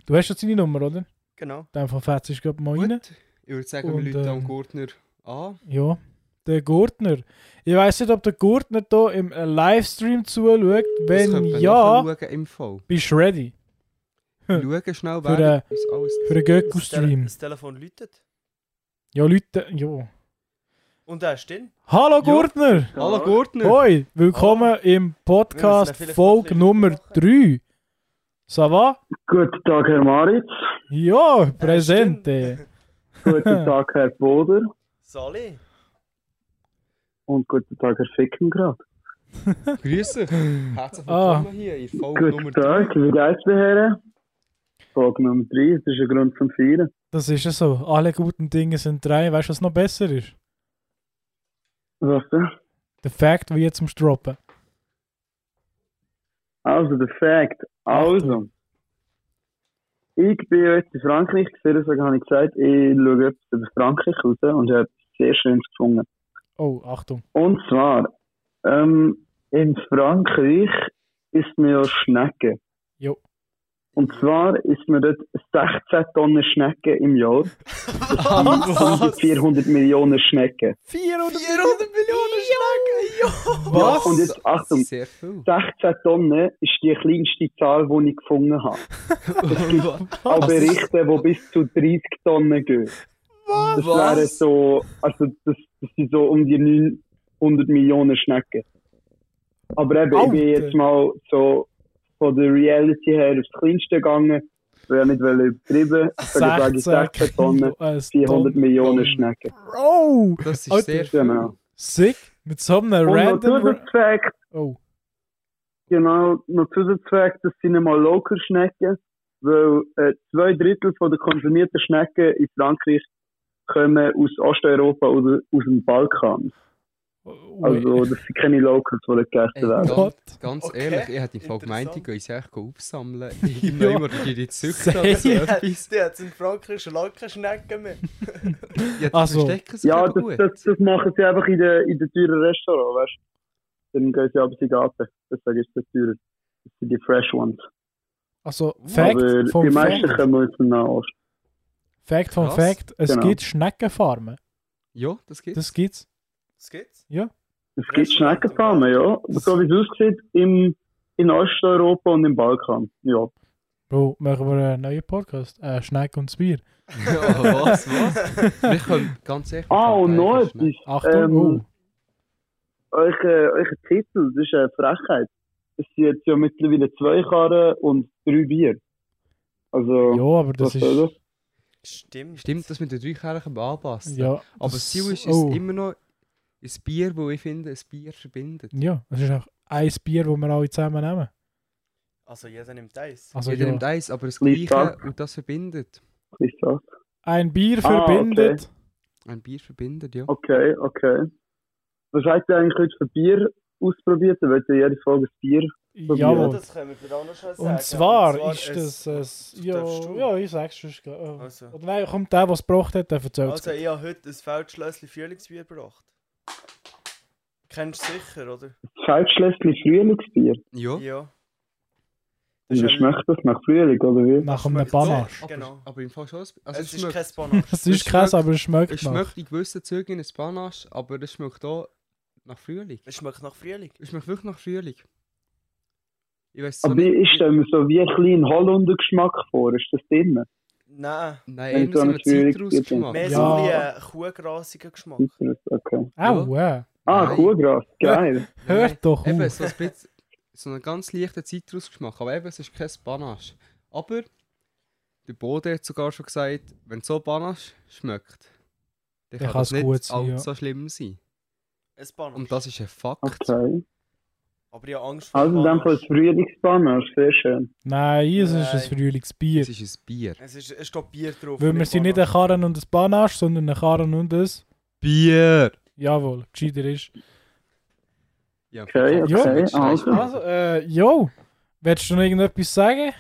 du hast jetzt seine Nummer, oder? In
Genau.
dem Fall fetzt ist gerade mal rein.
Gut. Ich würde sagen,
Und,
wir Leute am
ähm,
Gurtner an.
Ja, der Gurtner. Ich weiß nicht, ob der Gurtner hier im äh, Livestream zuschaut.
Das
Wenn
könnte man
ja,
nachschauen im Fall.
bist du ready
Schauen schnell,
Für, äh,
wer
für
uns alles...
einen
Das, Tele
Gökku-Stream.
das Telefon läutet.
Ja, Leute, ja.
Und er ist drin.
Hallo
Ja.
Gurtner!
Hallo Gurtner!
Hoi, willkommen im
Wir müssen ja
Podcast
vielleicht noch ein
Folge
bisschen
Nummer
machen.
3. Ça va?
Guten Tag, Herr Maritz.
Ja, Präsente.
Guten Tag, Herr Boder.
Sali.
Und guten Tag, Herr Fickengrad.
Grüße! Herzlich willkommen
Ah.
hier in Folge Nummer 3.
Guten Tag, wie geht's den Herren? Folge Nummer 3, das ist ein Grund zum Feiern.
Das ist ja so. Alle guten Dinge sind drei. Weißt du, was noch besser ist?
Was denn?
Der Fakt, wie jetzt zum Stroppen.
Also, der Fakt. Also, ich bin ja jetzt in Frankreich, deswegen habe ich gesagt, ich schaue etwas über Frankreich raus und habe etwas sehr Schönes gefunden.
Oh, Achtung.
Und zwar, ähm, in Frankreich isst man ja Schnecken.
Jo.
Und zwar isst man dort 16 Tonnen Schnecken im Jahr.
Was?
400 Millionen Schnecken.
400
Millionen Schnecken. Ja.
Was?
Und jetzt
Das
Achtung,
ist sehr viel.
16 Tonnen ist die kleinste Zahl, die ich gefunden habe. Auch Berichte, die bis zu 30 Tonnen gehen. Das wären so, also das, das sind so um die 900 Millionen Schnecken. Aber eben, ich bin
Alter.
jetzt mal so von der Reality her aufs Kleinste gegangen, weil ich nicht übertrieben wollte. Deswegen sage ich 16 Tonnen, 400 Millionen Schnecken.
Bro!
Das ist
Alter.
sehr viel.
Genau.
Oh, Sick. Mit so einem
Und noch
random...
Zusatzfakt,
Oh.
Genau, noch Zusatzfakt, das sind einmal local Schnecken, weil äh, zwei Drittel von der konsumierten Schnecken in Frankreich kommen aus Osteuropa oder aus dem Balkan.
oh,
Also das sind keine Locals, die dort
Ey,
gegessen werden.
ganz,
What?
ganz
Okay,
ehrlich, ich hätte im Fall gemeint, ich gehe uns eigentlich aufsammeln. Irgendwo
Ja.
immer die die Züchter oder so
Sehr.
etwas.
Die hat in Frankreich schon lange keine Schnecken mehr.
Ja, die
Also.
verstecken sich
Ja,
aber
das, das, das machen sie einfach in den in den teuren Restaurants, weißt du? Dann gehen sie abends in den Garten, deswegen ist das teurer. Das sind die fresh ones.
Also, Fact
Aber die
vom
meisten
Fact.
kommen aus dem Nahost.
Fact vom
Krass.
Fact. Es
Genau.
gibt Schneckenfarmen.
Ja, das geht.
Das gibt's.
Das gibt's.
Es gibt Schneckenfarmen, ja. So wie es aussieht, im, in Osteuropa und im Balkan. Ja.
Bro, machen wir einen neuen Podcast? Äh, Schneck und das Bier.
Ja, was, was? Wir können ganz ehrlich. wir
Ah,
können
und noch
eigentlich
etwas.
Achtung,
Ähm,
oh.
euren euren Titel, das ist eine Frechheit. Es sind jetzt ja mittlerweile zwei Karren und drei Bier. Also,
oh. Ja, aber das
was soll
ist.
das?
Stimmt.
Stimmt, dass wir den drei Kerlen anpassen.
Ja,
Aber das
das-
Ziel ist, ist
oh.
immer noch ein Bier, wo ich finde, ein Bier verbindet.
Ja, es ist auch ein Bier, das wir alle zusammen nehmen.
Also jeder nimmt eins.
Also,
Also Jeder
ja,
nimmt eins, aber das
Lieb
Gleiche
Dank.
und das verbindet.
Ist das?
ein Bier
Ah,
verbindet.
Ein Bier verbindet, ja.
Okay, okay. Was habt ihr eigentlich heute für Bier ausprobiert? Ihr wollt ja jede Folge ein Bier.
Jawohl.
das können wir dir auch noch schon sagen.
Und zwar, ist
es-
das ein.
Du
Ja,
darfst du.
ja, ich sag's schon. Äh,
Also.
Oder nein, kommt der, der es gebraucht hat, der erzählt
Also, ich habe heute ein Feldschlössli Frühlingsbier gebracht. Kennst du sicher, oder?
Feldschlössli Frühlingsbier.
Ja.
Ja.
Und wie
ein-
schmeckt das nach Frühling, oder wie?
nach einem
schmeckt so.
Banasch.
Aber,
Genau.
aber im Fall schon. ein- Also
Es
es,
ist
schmeckt,
kein Banasch.
Das ist
Es
krass,
schmeckt-
aber es schmeckt,
es
nach.
schmeckt in gewissen Zügen ein Panache, aber es schmeckt auch nach Frühling.
Es schmeckt nach Frühling.
Es schmeckt wirklich nach Frühling. Ich weiß
Aber ich stelle mir so wie einen kleinen Hollunder-Geschmack vor. Ist das drin?
Nein.
wenn
Nein,
so
immer so
eine
ein
Frühlingsbier drin
Zitrusgeschmack.
Mehr
Ja.
so ein bisschen, äh, kuhgrasiger Geschmack.
Okay.
Au, äh.
Ah,
Nein.
Kuhgras. Geil.
Hört doch auf.
Eben, so ein bisschen, so einen ganz leichten Zitrusgeschmack, aber eben, es ist kein Panache. Aber, der Bode hat sogar schon gesagt, wenn so Panache schmeckt,
Dann
dann kann
kann's
das nicht
gut sein,
allzu
ja.
so schlimm sein.
Ein Banasch.
Und das ist ein Fakt.
Okay.
Aber ich habe Angst vor
Also in dem Fall
Banasch.
das Frühlingsbanner, sehr schön.
Nein, es ist
Nein.
ein Frühlingsbier.
Es ist ein Bier.
Es, ist, es steht Bier drauf.
Weil wir sind nicht ein
Banasch.
Karren und ein Banasch, sondern ein Karren und ein...
Bier!
Jawohl, gescheiter ist.
Ja,
Okay,
verkauft,
okay,
willst du
also.
reisen?
Also, äh, jo. Willst du noch irgendetwas sagen?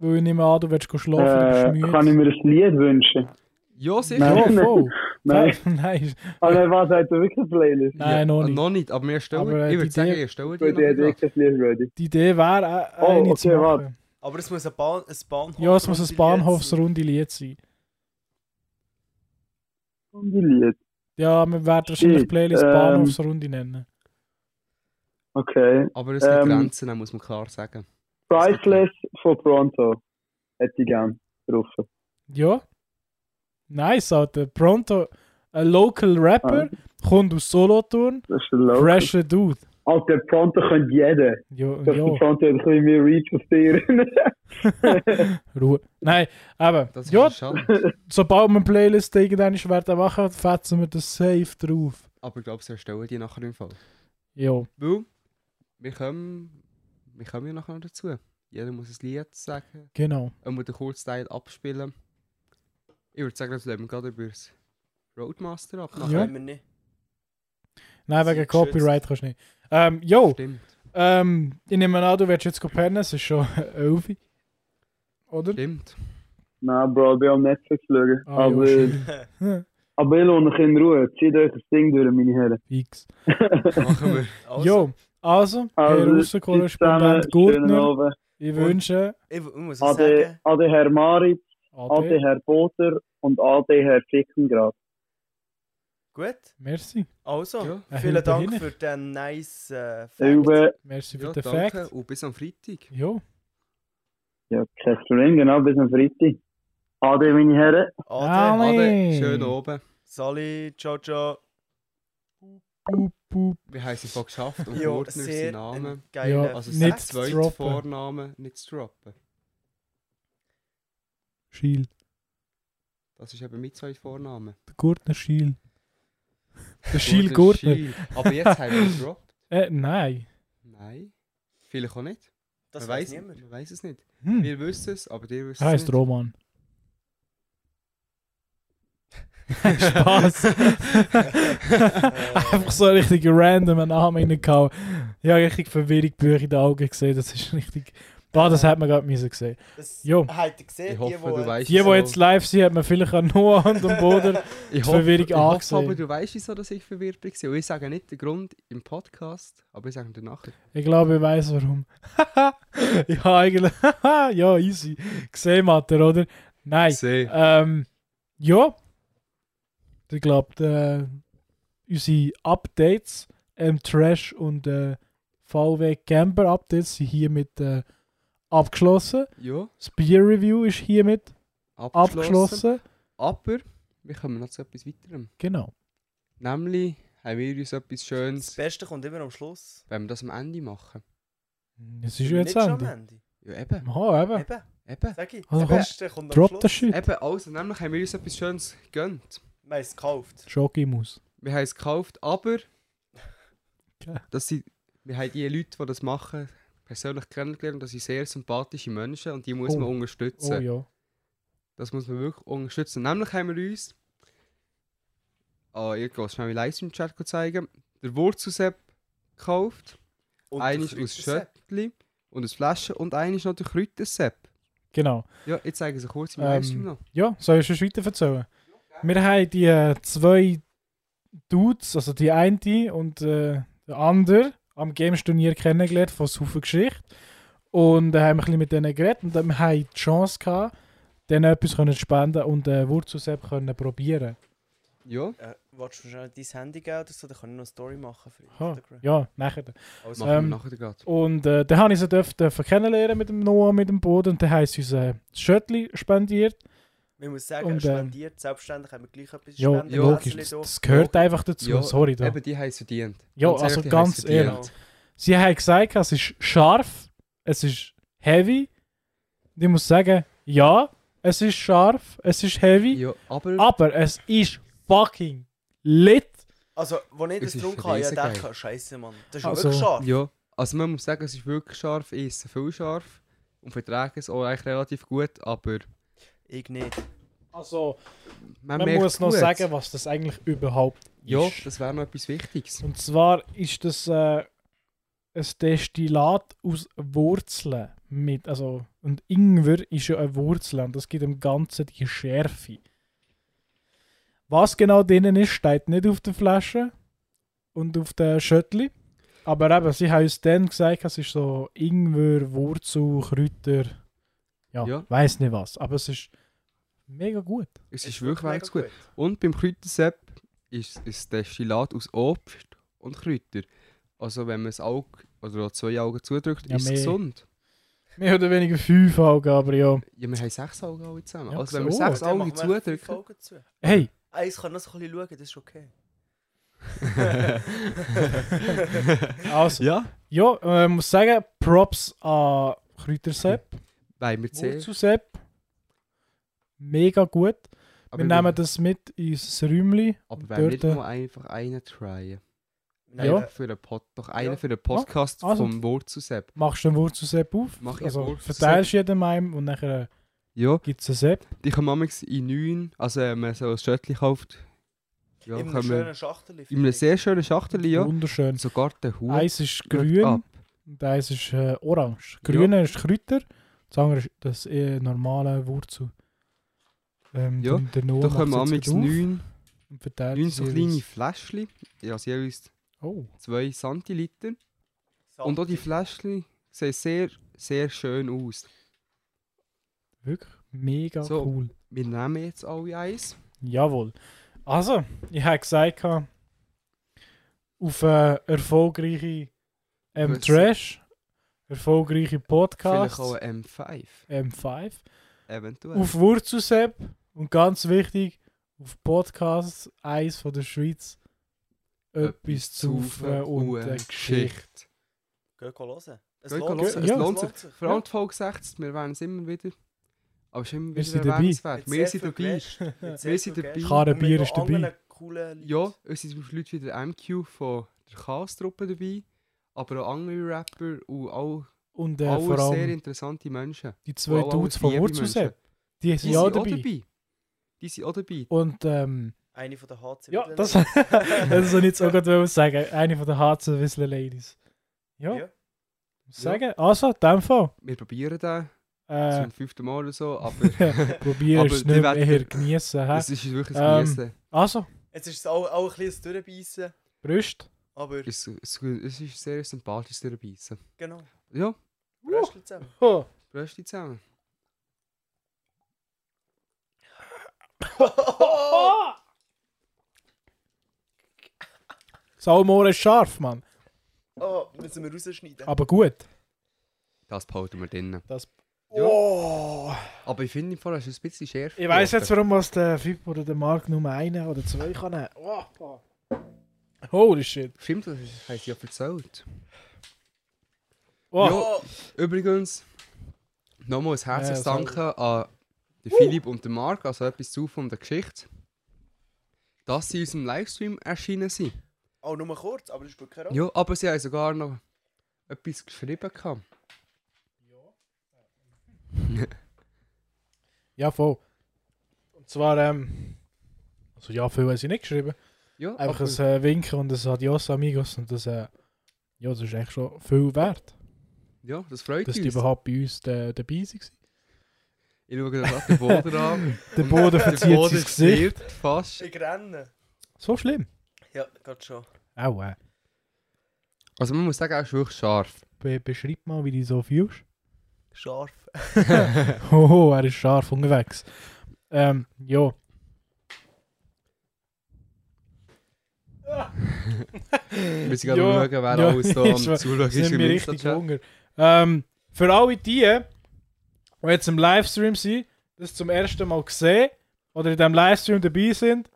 Weil ich nehme an, du willst gehen schlafen, du
Äh,
bist müde.
kann ich mir ein Lied wünschen?
Ja, sicher.
Nein.
Ja, voll.
Nein. Ah,
Nein,
Aber was hat er wirklich eine Playlist?
nein,
ja,
noch nicht.
Noch nicht, aber wir stellen,
Aber, äh,
ich
die
würde sagen,
Idee-
wir stellen
Gut, ich
die
hätte
noch
wirklich ein Lied ready.
Die Idee wäre, äh,
Oh,
eine zu
okay,
machen.
warte.
Aber es muss ein, Bahn, ein Bahnhof
Ja, es muss ein
Bahnhofsrund.
Bahnhofsrunde Lied sein.
Und die Lied.
Ja, wir werden wahrscheinlich
Shit,
Playlist
ähm,
Bahnhofsrunde nennen.
Okay.
Aber es gibt
Ähm,
Grenzen, das muss man klar sagen.
Priceless von Pronto. Hätte ich gern getroffen.
Ja. Nice, Alter. Pronto, ein Local Rapper,
Ah.
kommt aus Solothurn.
Das ist ein Low.
Fresher Dude.
Alter, Pronto könnte jeder.
Ja,
Das
ja.
ja. Pronto hat ein bisschen mehr Reach als dir.
Ruhe. Nein, aber,
Das ist
ja,
ein Schande.
sobald wir eine Playlist irgendwann werden machen, fetzen wir das safe drauf.
Aber ich glaube, sie erstellen die nachher im Fall.
Ja.
Weil wir kommen, wir kommen ja nachher noch dazu. Jeder muss ein Lied sagen.
Genau.
Er muss den kurzen Teil abspielen. Ich würde sagen, das lassen wir gerade über das Roadmaster ab.
Nein,
Ja.
können wir nicht.
Nein,
Sie
wegen
ist
Copyright kannst du nicht. Ähm, jo,
Stimmt,
ähm, ich nehme an, du willst jetzt gehen pennen, es ist schon 11 Uhr. Oder?
stimmt.
Nein, Nou, Bro, ich bin am Netflix schauen.
Ah, ja,
aber,
schön.
aber ich lasse euch in Ruhe. Zieht euch das Ding durch, meine Herren.
Fix.
Machen wir.
Also,
Jo, also, Herr
eh,
Russenkorrespondent
schönen
Gurtner,
Abend.
ich wünsche
Ich, ich muss
Ade,
sagen,
Ade Herr Maritz, Ade
Ade.
Herr Boter und Ade Herr Fickengrad.
gut.
Merci.
Also,
Ja.
Ja,
vielen
Hilfe
Dank
hin.
für den nice äh, Fact.
Über,
Merci für
Ja,
den
danke
Fact.
und bis am Freitag.
Jo,
ja, kein Problem, genau, bis am Freitag. Ade, meine Herren.
Ade.
Alle.
Ade,
Hey.
schön oben.
Sali, ciao, ciao.
boop, boop.
Wir haben es einfach geschafft und
Jo,
Gurtner
sehr
seinen
ein
Namen.
Ja,
geiler
Also
Nicht
sein
zu
zweiter
droppen.
Vorname nicht zu droppen.
Schiel.
Das ist eben mein zweiter Vorname.
Der Gurtner Schiel. Der Schiel
Gurtner
Gurtner.
Schiel. Aber jetzt haben wir es gedroppt.
Äh, nein.
Nein. Vielleicht auch nicht.
Das
man
weiß
weiß
niemand.
man weiss es nicht.
Hm. Ah,
Wir wissen es, aber ihr wisst
Er
es
heisst
nicht.
Roman. Spaß. Einfach so richtig random einen Namen reingehauen. Ja, richtig verwirrend Bücher in den Augen gesehen. Das ist richtig. Ah, das hat man gerade müssen gesehen.
Das
Jo.
habt ihr gesehen.
Ich hoffe,
die,
du
die-
weißt
Die, die
so-
jetzt live sind, hat man vielleicht auch Noah und den Boden.
Ich
zur Verwirrung
ich hoffe aber,
angesehen.
du weißt wieso, dass ich verwirrt bin. Und ich sage nicht den Grund im Podcast, aber ich sage dir nachher.
Ich glaube, ich weiß warum. ja, eigentlich. ja, easy. Gesehen hat er, oder? Nein.
Sehr.
Ähm, ja. Ich glaube, äh, unsere Updates, ähm, Trash und äh, VW Camper Updates sind hiermit äh, abgeschlossen.
Ja,
Das Beer Review ist hiermit
abgeschlossen.
abgeschlossen.
Aber wir kommen noch zu etwas weiterem.
Genau.
Nämlich haben wir uns etwas
Das
Schönes,
Beste kommt immer am Schluss.
wenn wir das am Ende machen.
Es ist ja jetzt
Nicht schon am
Ende.
Ende.
Ja, eben.
Aha, eben.
Eben,
Eben.
sag ich.
Also
das
komm,
Beste kommt am
Drop
Schluss.
the shit.
Eben, also, nämlich haben wir uns etwas Schönes gegönnt.
Wir haben es gekauft.
Schokimus.
Wir haben es gekauft, aber
Ja.
das sind, wir haben die Leute, die das machen, persönlich kennengelernt. und Das sind sehr sympathische Menschen und die muss
Oh.
man
Oh
unterstützen.
ja.
Das muss man wirklich unterstützen. Nämlich haben wir uns. Ah, ich kann es schnell im Livestream-Chat zeigen. Der Wurzelsepp gekauft.
Und
Eines
der
aus
Kräutersepp.
Schöttli und aus Flaschen und eines noch der Kräutersepp.
Genau.
Ja, jetzt zeigen sie kurz im Livestream
Ähm,
noch.
ja, soll ich schon weiter erzählen? Wir haben die äh, zwei Dudes, also die eine und äh, der andere, am Games-Turnier kennengelernt von Saufen Geschichte. Und dann haben wir ein bisschen mit denen geredet und dann haben wir die Chance gehabt, denen etwas können zu spenden und äh, Wurzelsepp können probieren.
Ja,
Äh, willst du mir schnell dein Handy geben oder so? Dann kann ich noch eine Story machen für
Aha,
Instagram.
ja, nachher. dann.
Also,
machen
Ähm,
wir nachher gerade.
Und äh, dann habe ich sie dürfen, dürfen kennenlernen mit dem Noah, mit dem Boden und dann haben sie uns äh, das Schöttli spendiert.
wir müssen sagen,
und,
er
ähm,
spendiert. Selbstständig haben wir gleich etwas
Ja,
spenden.
logisch,
Kässeli
das,
da.
das gehört einfach dazu,
Ja,
sorry. Da.
Eben, die haben es verdient.
Ja,
Ganz
also
die
ganz
haben es verdient.
ehrlich. Sie haben gesagt, es ist scharf, es ist heavy. Und ich muss sagen, ja, es ist scharf, es ist heavy,
Ja, aber
aber es ist fucking lit.
Also, wo ich das
Es ist
getrunken habe, ich
riesig,
dachte, Scheiße, Mann. Das ist
Also,
wirklich scharf.
ja, also man muss sagen, es ist wirklich scharf, ich esse viel scharf und vertrage es auch eigentlich relativ gut, aber
Ich nicht.
Also,
man,
man
merkt
muss noch
gut.
sagen, was das eigentlich überhaupt
Ja,
ist.
das wäre noch etwas Wichtiges.
Und zwar ist das äh, ein Destillat aus Wurzeln. Mit, also, und Ingwer ist ja eine Wurzel und das gibt dem Ganzen die Schärfe. Was genau drinnen ist, steht nicht auf der Flasche und auf der Schöttli. Aber eben, sie haben uns dann gesagt, es ist so Ingwer, Wurzel, Kräuter. Ja,
Ja.
weiß nicht was. Aber es ist mega gut.
Es ist, wirklich
mega
ganz gut. Und beim Kräutersepp ist es ein Destillat aus Obst und Kräuter. Also wenn man das Auge oder auch zwei Augen zudrückt,
Ja,
ist es
mehr.
gesund.
Mehr oder weniger fünf Augen, aber ja.
Ja, wir haben sechs Augen alle zusammen.
Ja, Oh,
also wenn wir
so.
sechs
Dann
Augen
machen wir fünf
zudrücken...
Augen zu.
Hey,
Eins kann noch so ein bisschen schauen, das ist okay.
also.
ja.
Ja, äh, muss sagen, Props an Kräutersepp,
Weil wir zählen...
Wurzelsepp. Mega gut.
aber
Wir nehmen das mit ins Räumchen.
Aber wenn wir nicht
dort- äh,
nur einfach einen tryen.
Nein,
Ja.
Einen für den Pod, doch einen
Ja.
für den Podcast
also.
vom Wurzelsepp.
Machst du den Wurzelsepp auf?
Mach ich einen
also
Wurzelsepp.
verteilst jedem einen und nachher
Ja,
gibt es einen Sepp.
die können manchmal in neun, also wenn man so ein Schöttchen kauft, ja,
in einem
können wir
schönen Schachtel.
in einem sehr schönen Schachtel, ja,
Wunderschön.
sogar den Hut
Eins ist
geht
grün
ab.
und eins ist äh, orange. Grüne ist Kräuter, das andere ist das äh, normale Wurzel. Ähm,
Ja,
den- den Noah
Da können wir
macht's
manchmal
jetzt gerade auf
neun,
und verteilt
neun
es
so
jeweils.
kleine Fläschchen, ja, also jeweils
Oh,
zwei Centiliter. Und auch die Fläschchen sehen sehr, sehr schön aus.
wirklich mega
So.
cool.
Wir nehmen jetzt alle eins.
Jawohl. Also, ich habe gesagt, gehabt, auf eine erfolgreiche ähm,
Grüße.
Trash, erfolgreiche
Vielleicht auch
Podcasts,
ein M5,
M5,
eventuell.
auf Wurzelsepp und ganz wichtig, auf Podcast 1 von der Schweiz etwas zu
saufen
saufen und eine Geschichte.
Geh go hören. Es
Geh go
lohnt
hören,
sich.
es
es
lohnt
lohnt sich.
Vor allem die Folge 60, wir werden es immer wieder. Aber es ist immer
Wir
wieder
sind dabei.
erwähnenswert.
Mit
Wir
sehr
sind
viel
dabei.
Gästen, mit sehr
Wir
viel
sind dabei.
Gästen
Karre
und mit
Bier
noch
ist dabei.
anderen coolen Leuten.
Ja, es sind zum Beispiel Leute wie der MQ von der Chaos-Truppe dabei, aber auch andere Rapper und auch
Und äh,
alle
vor
sehr
allem
interessante Menschen.
die zwei
auch alle
Dudes von
liebe
Wurzelsepp, die sind
Die
ja auch
sind auch
dabei.
dabei. Die sind auch dabei.
Und ähm,
Eine von der HC.
ja, das, das soll ich jetzt auch gerade sagen, eine von der HC Whistler Ladies. Ja.
Ja.
sagen. Also, in dem Fall.
Wir probieren den
Äh,
zum fünften Mal oder so, aber
probier
Also, Aber
es
die
nicht
werden-
mehr geniessen. hä?
es ist wirklich
Ähm,
ein Geniessen.
Also,
Jetzt ist es auch, auch ein bisschen ein Durchbeissen,
Brüst.
aber
Es, es, es ist sehr sympathisch dabei.
genau.
Ja,
Röstchen zusammen.
Oh,
Bröstchen zusammen.
Salmore ist scharf, Mann.
Oh, müssen wir rausschneiden.
Aber gut.
Das behalten wir drinnen.
Das
Ja.
oh.
Aber ich finde im Fall, es ist ein bisschen schärfer.
Ich weiss
geworden.
jetzt, warum was der Fip oder der Mark nur einen oder zwei kann. nehmen. Oh. Holy shit.
Stimmt, das ist- haben sie ja erzählt.
Wow.
Ja, übrigens, nochmal ein herzliches
Ja, sorry.
Danke an den Philipp und den Marc, also etwas zu von der Geschichte, dass sie in unserem Livestream erschienen sind.
Oh, nur kurz, aber das spielt keine Rolle.
Ja, aber sie haben sogar noch etwas geschrieben. Gehabt.
Ja, voll. Und zwar, ähm. Also, ja, viel haben sie nicht geschrieben.
Ja,
Einfach
aber-
ein äh, Winken und ein Adios, Amigos. Und das, äh, ja, das ist eigentlich schon viel wert,
ja, das freut
dass die
uns.
überhaupt bei uns äh, dabei waren.
Ich schaue gerade den Boden an.
Der Boden
Der
verzieht
Boden
sein Gesicht.
friert fast.
Ich renne.
So schlimm.
Ja, geht schon.
Auch, äh.
Also man muss sagen, er ist wirklich scharf.
Be beschreib mal, wie du so fühlst.
Scharf.
Hoho, er ist scharf unterwegs. Ähm, ja.
Wir müssen gerade
Ja.
schauen, wer
Ja,
alles da
ist wahr.
am Zuschauen ist
Das nimmt
im
mir richtig
Insta-Chat.
Hunger. Ähm, für alle die, die jetzt im Livestream sind, das zum ersten Mal gesehen oder in diesem Livestream dabei sind,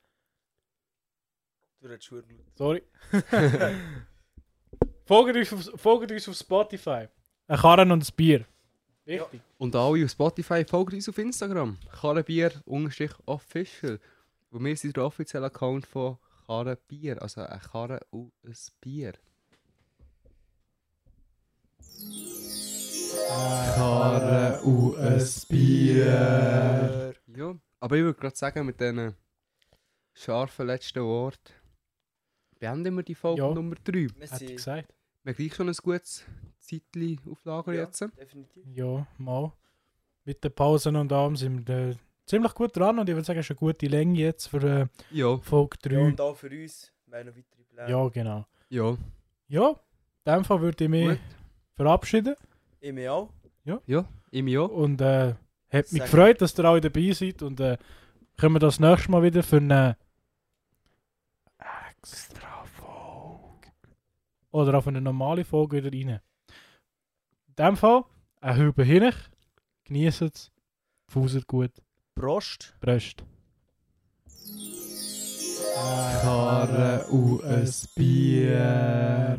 Du redest schon laut.
sorry. folgt, uns auf, folgt uns auf Spotify. Ein Karren und ein Bier. Wichtig.
Und alle auf Spotify folgen uns auf Instagram. Karrenbier-official. Und wir sind der offizielle Account von Karrenbier. Also ein Karren und ein Bier.
Karren und ein Bier.
Äh, Ja, aber ich würde gerade sagen, mit diesen scharfen letzten Worten beenden wir die Folge
Ja.
Nummer 3.
Wir
Hat er
sind...
gesagt?
Wir haben gleich schon ein gutes Zeitchen auf Lager
Ja,
jetzt.
definitiv.
Ja, mal. Mit den Pausen und allem sind wir äh, ziemlich gut dran und ich würde sagen, es ist eine gute Länge jetzt für äh,
Ja,
Folge
Ja,
3.
und auch für uns. Wir haben noch weitere
Ja,
Pläne.
genau.
ja.
Ja, in dem Fall würde ich mich
Gut.
verabschieden
Ich mich auch.
Ja, im Jahr.
und äh, hat mich
Sag-
gefreut, dass ihr alle dabei seid und äh, können wir das nächste Mal wieder für eine extra Folge oder auf eine normale Folge wieder rein. In dem Fall, ein Hübe hinein, genießt es, fuset gut.
Prost.
Prost. Karre und ein Bier.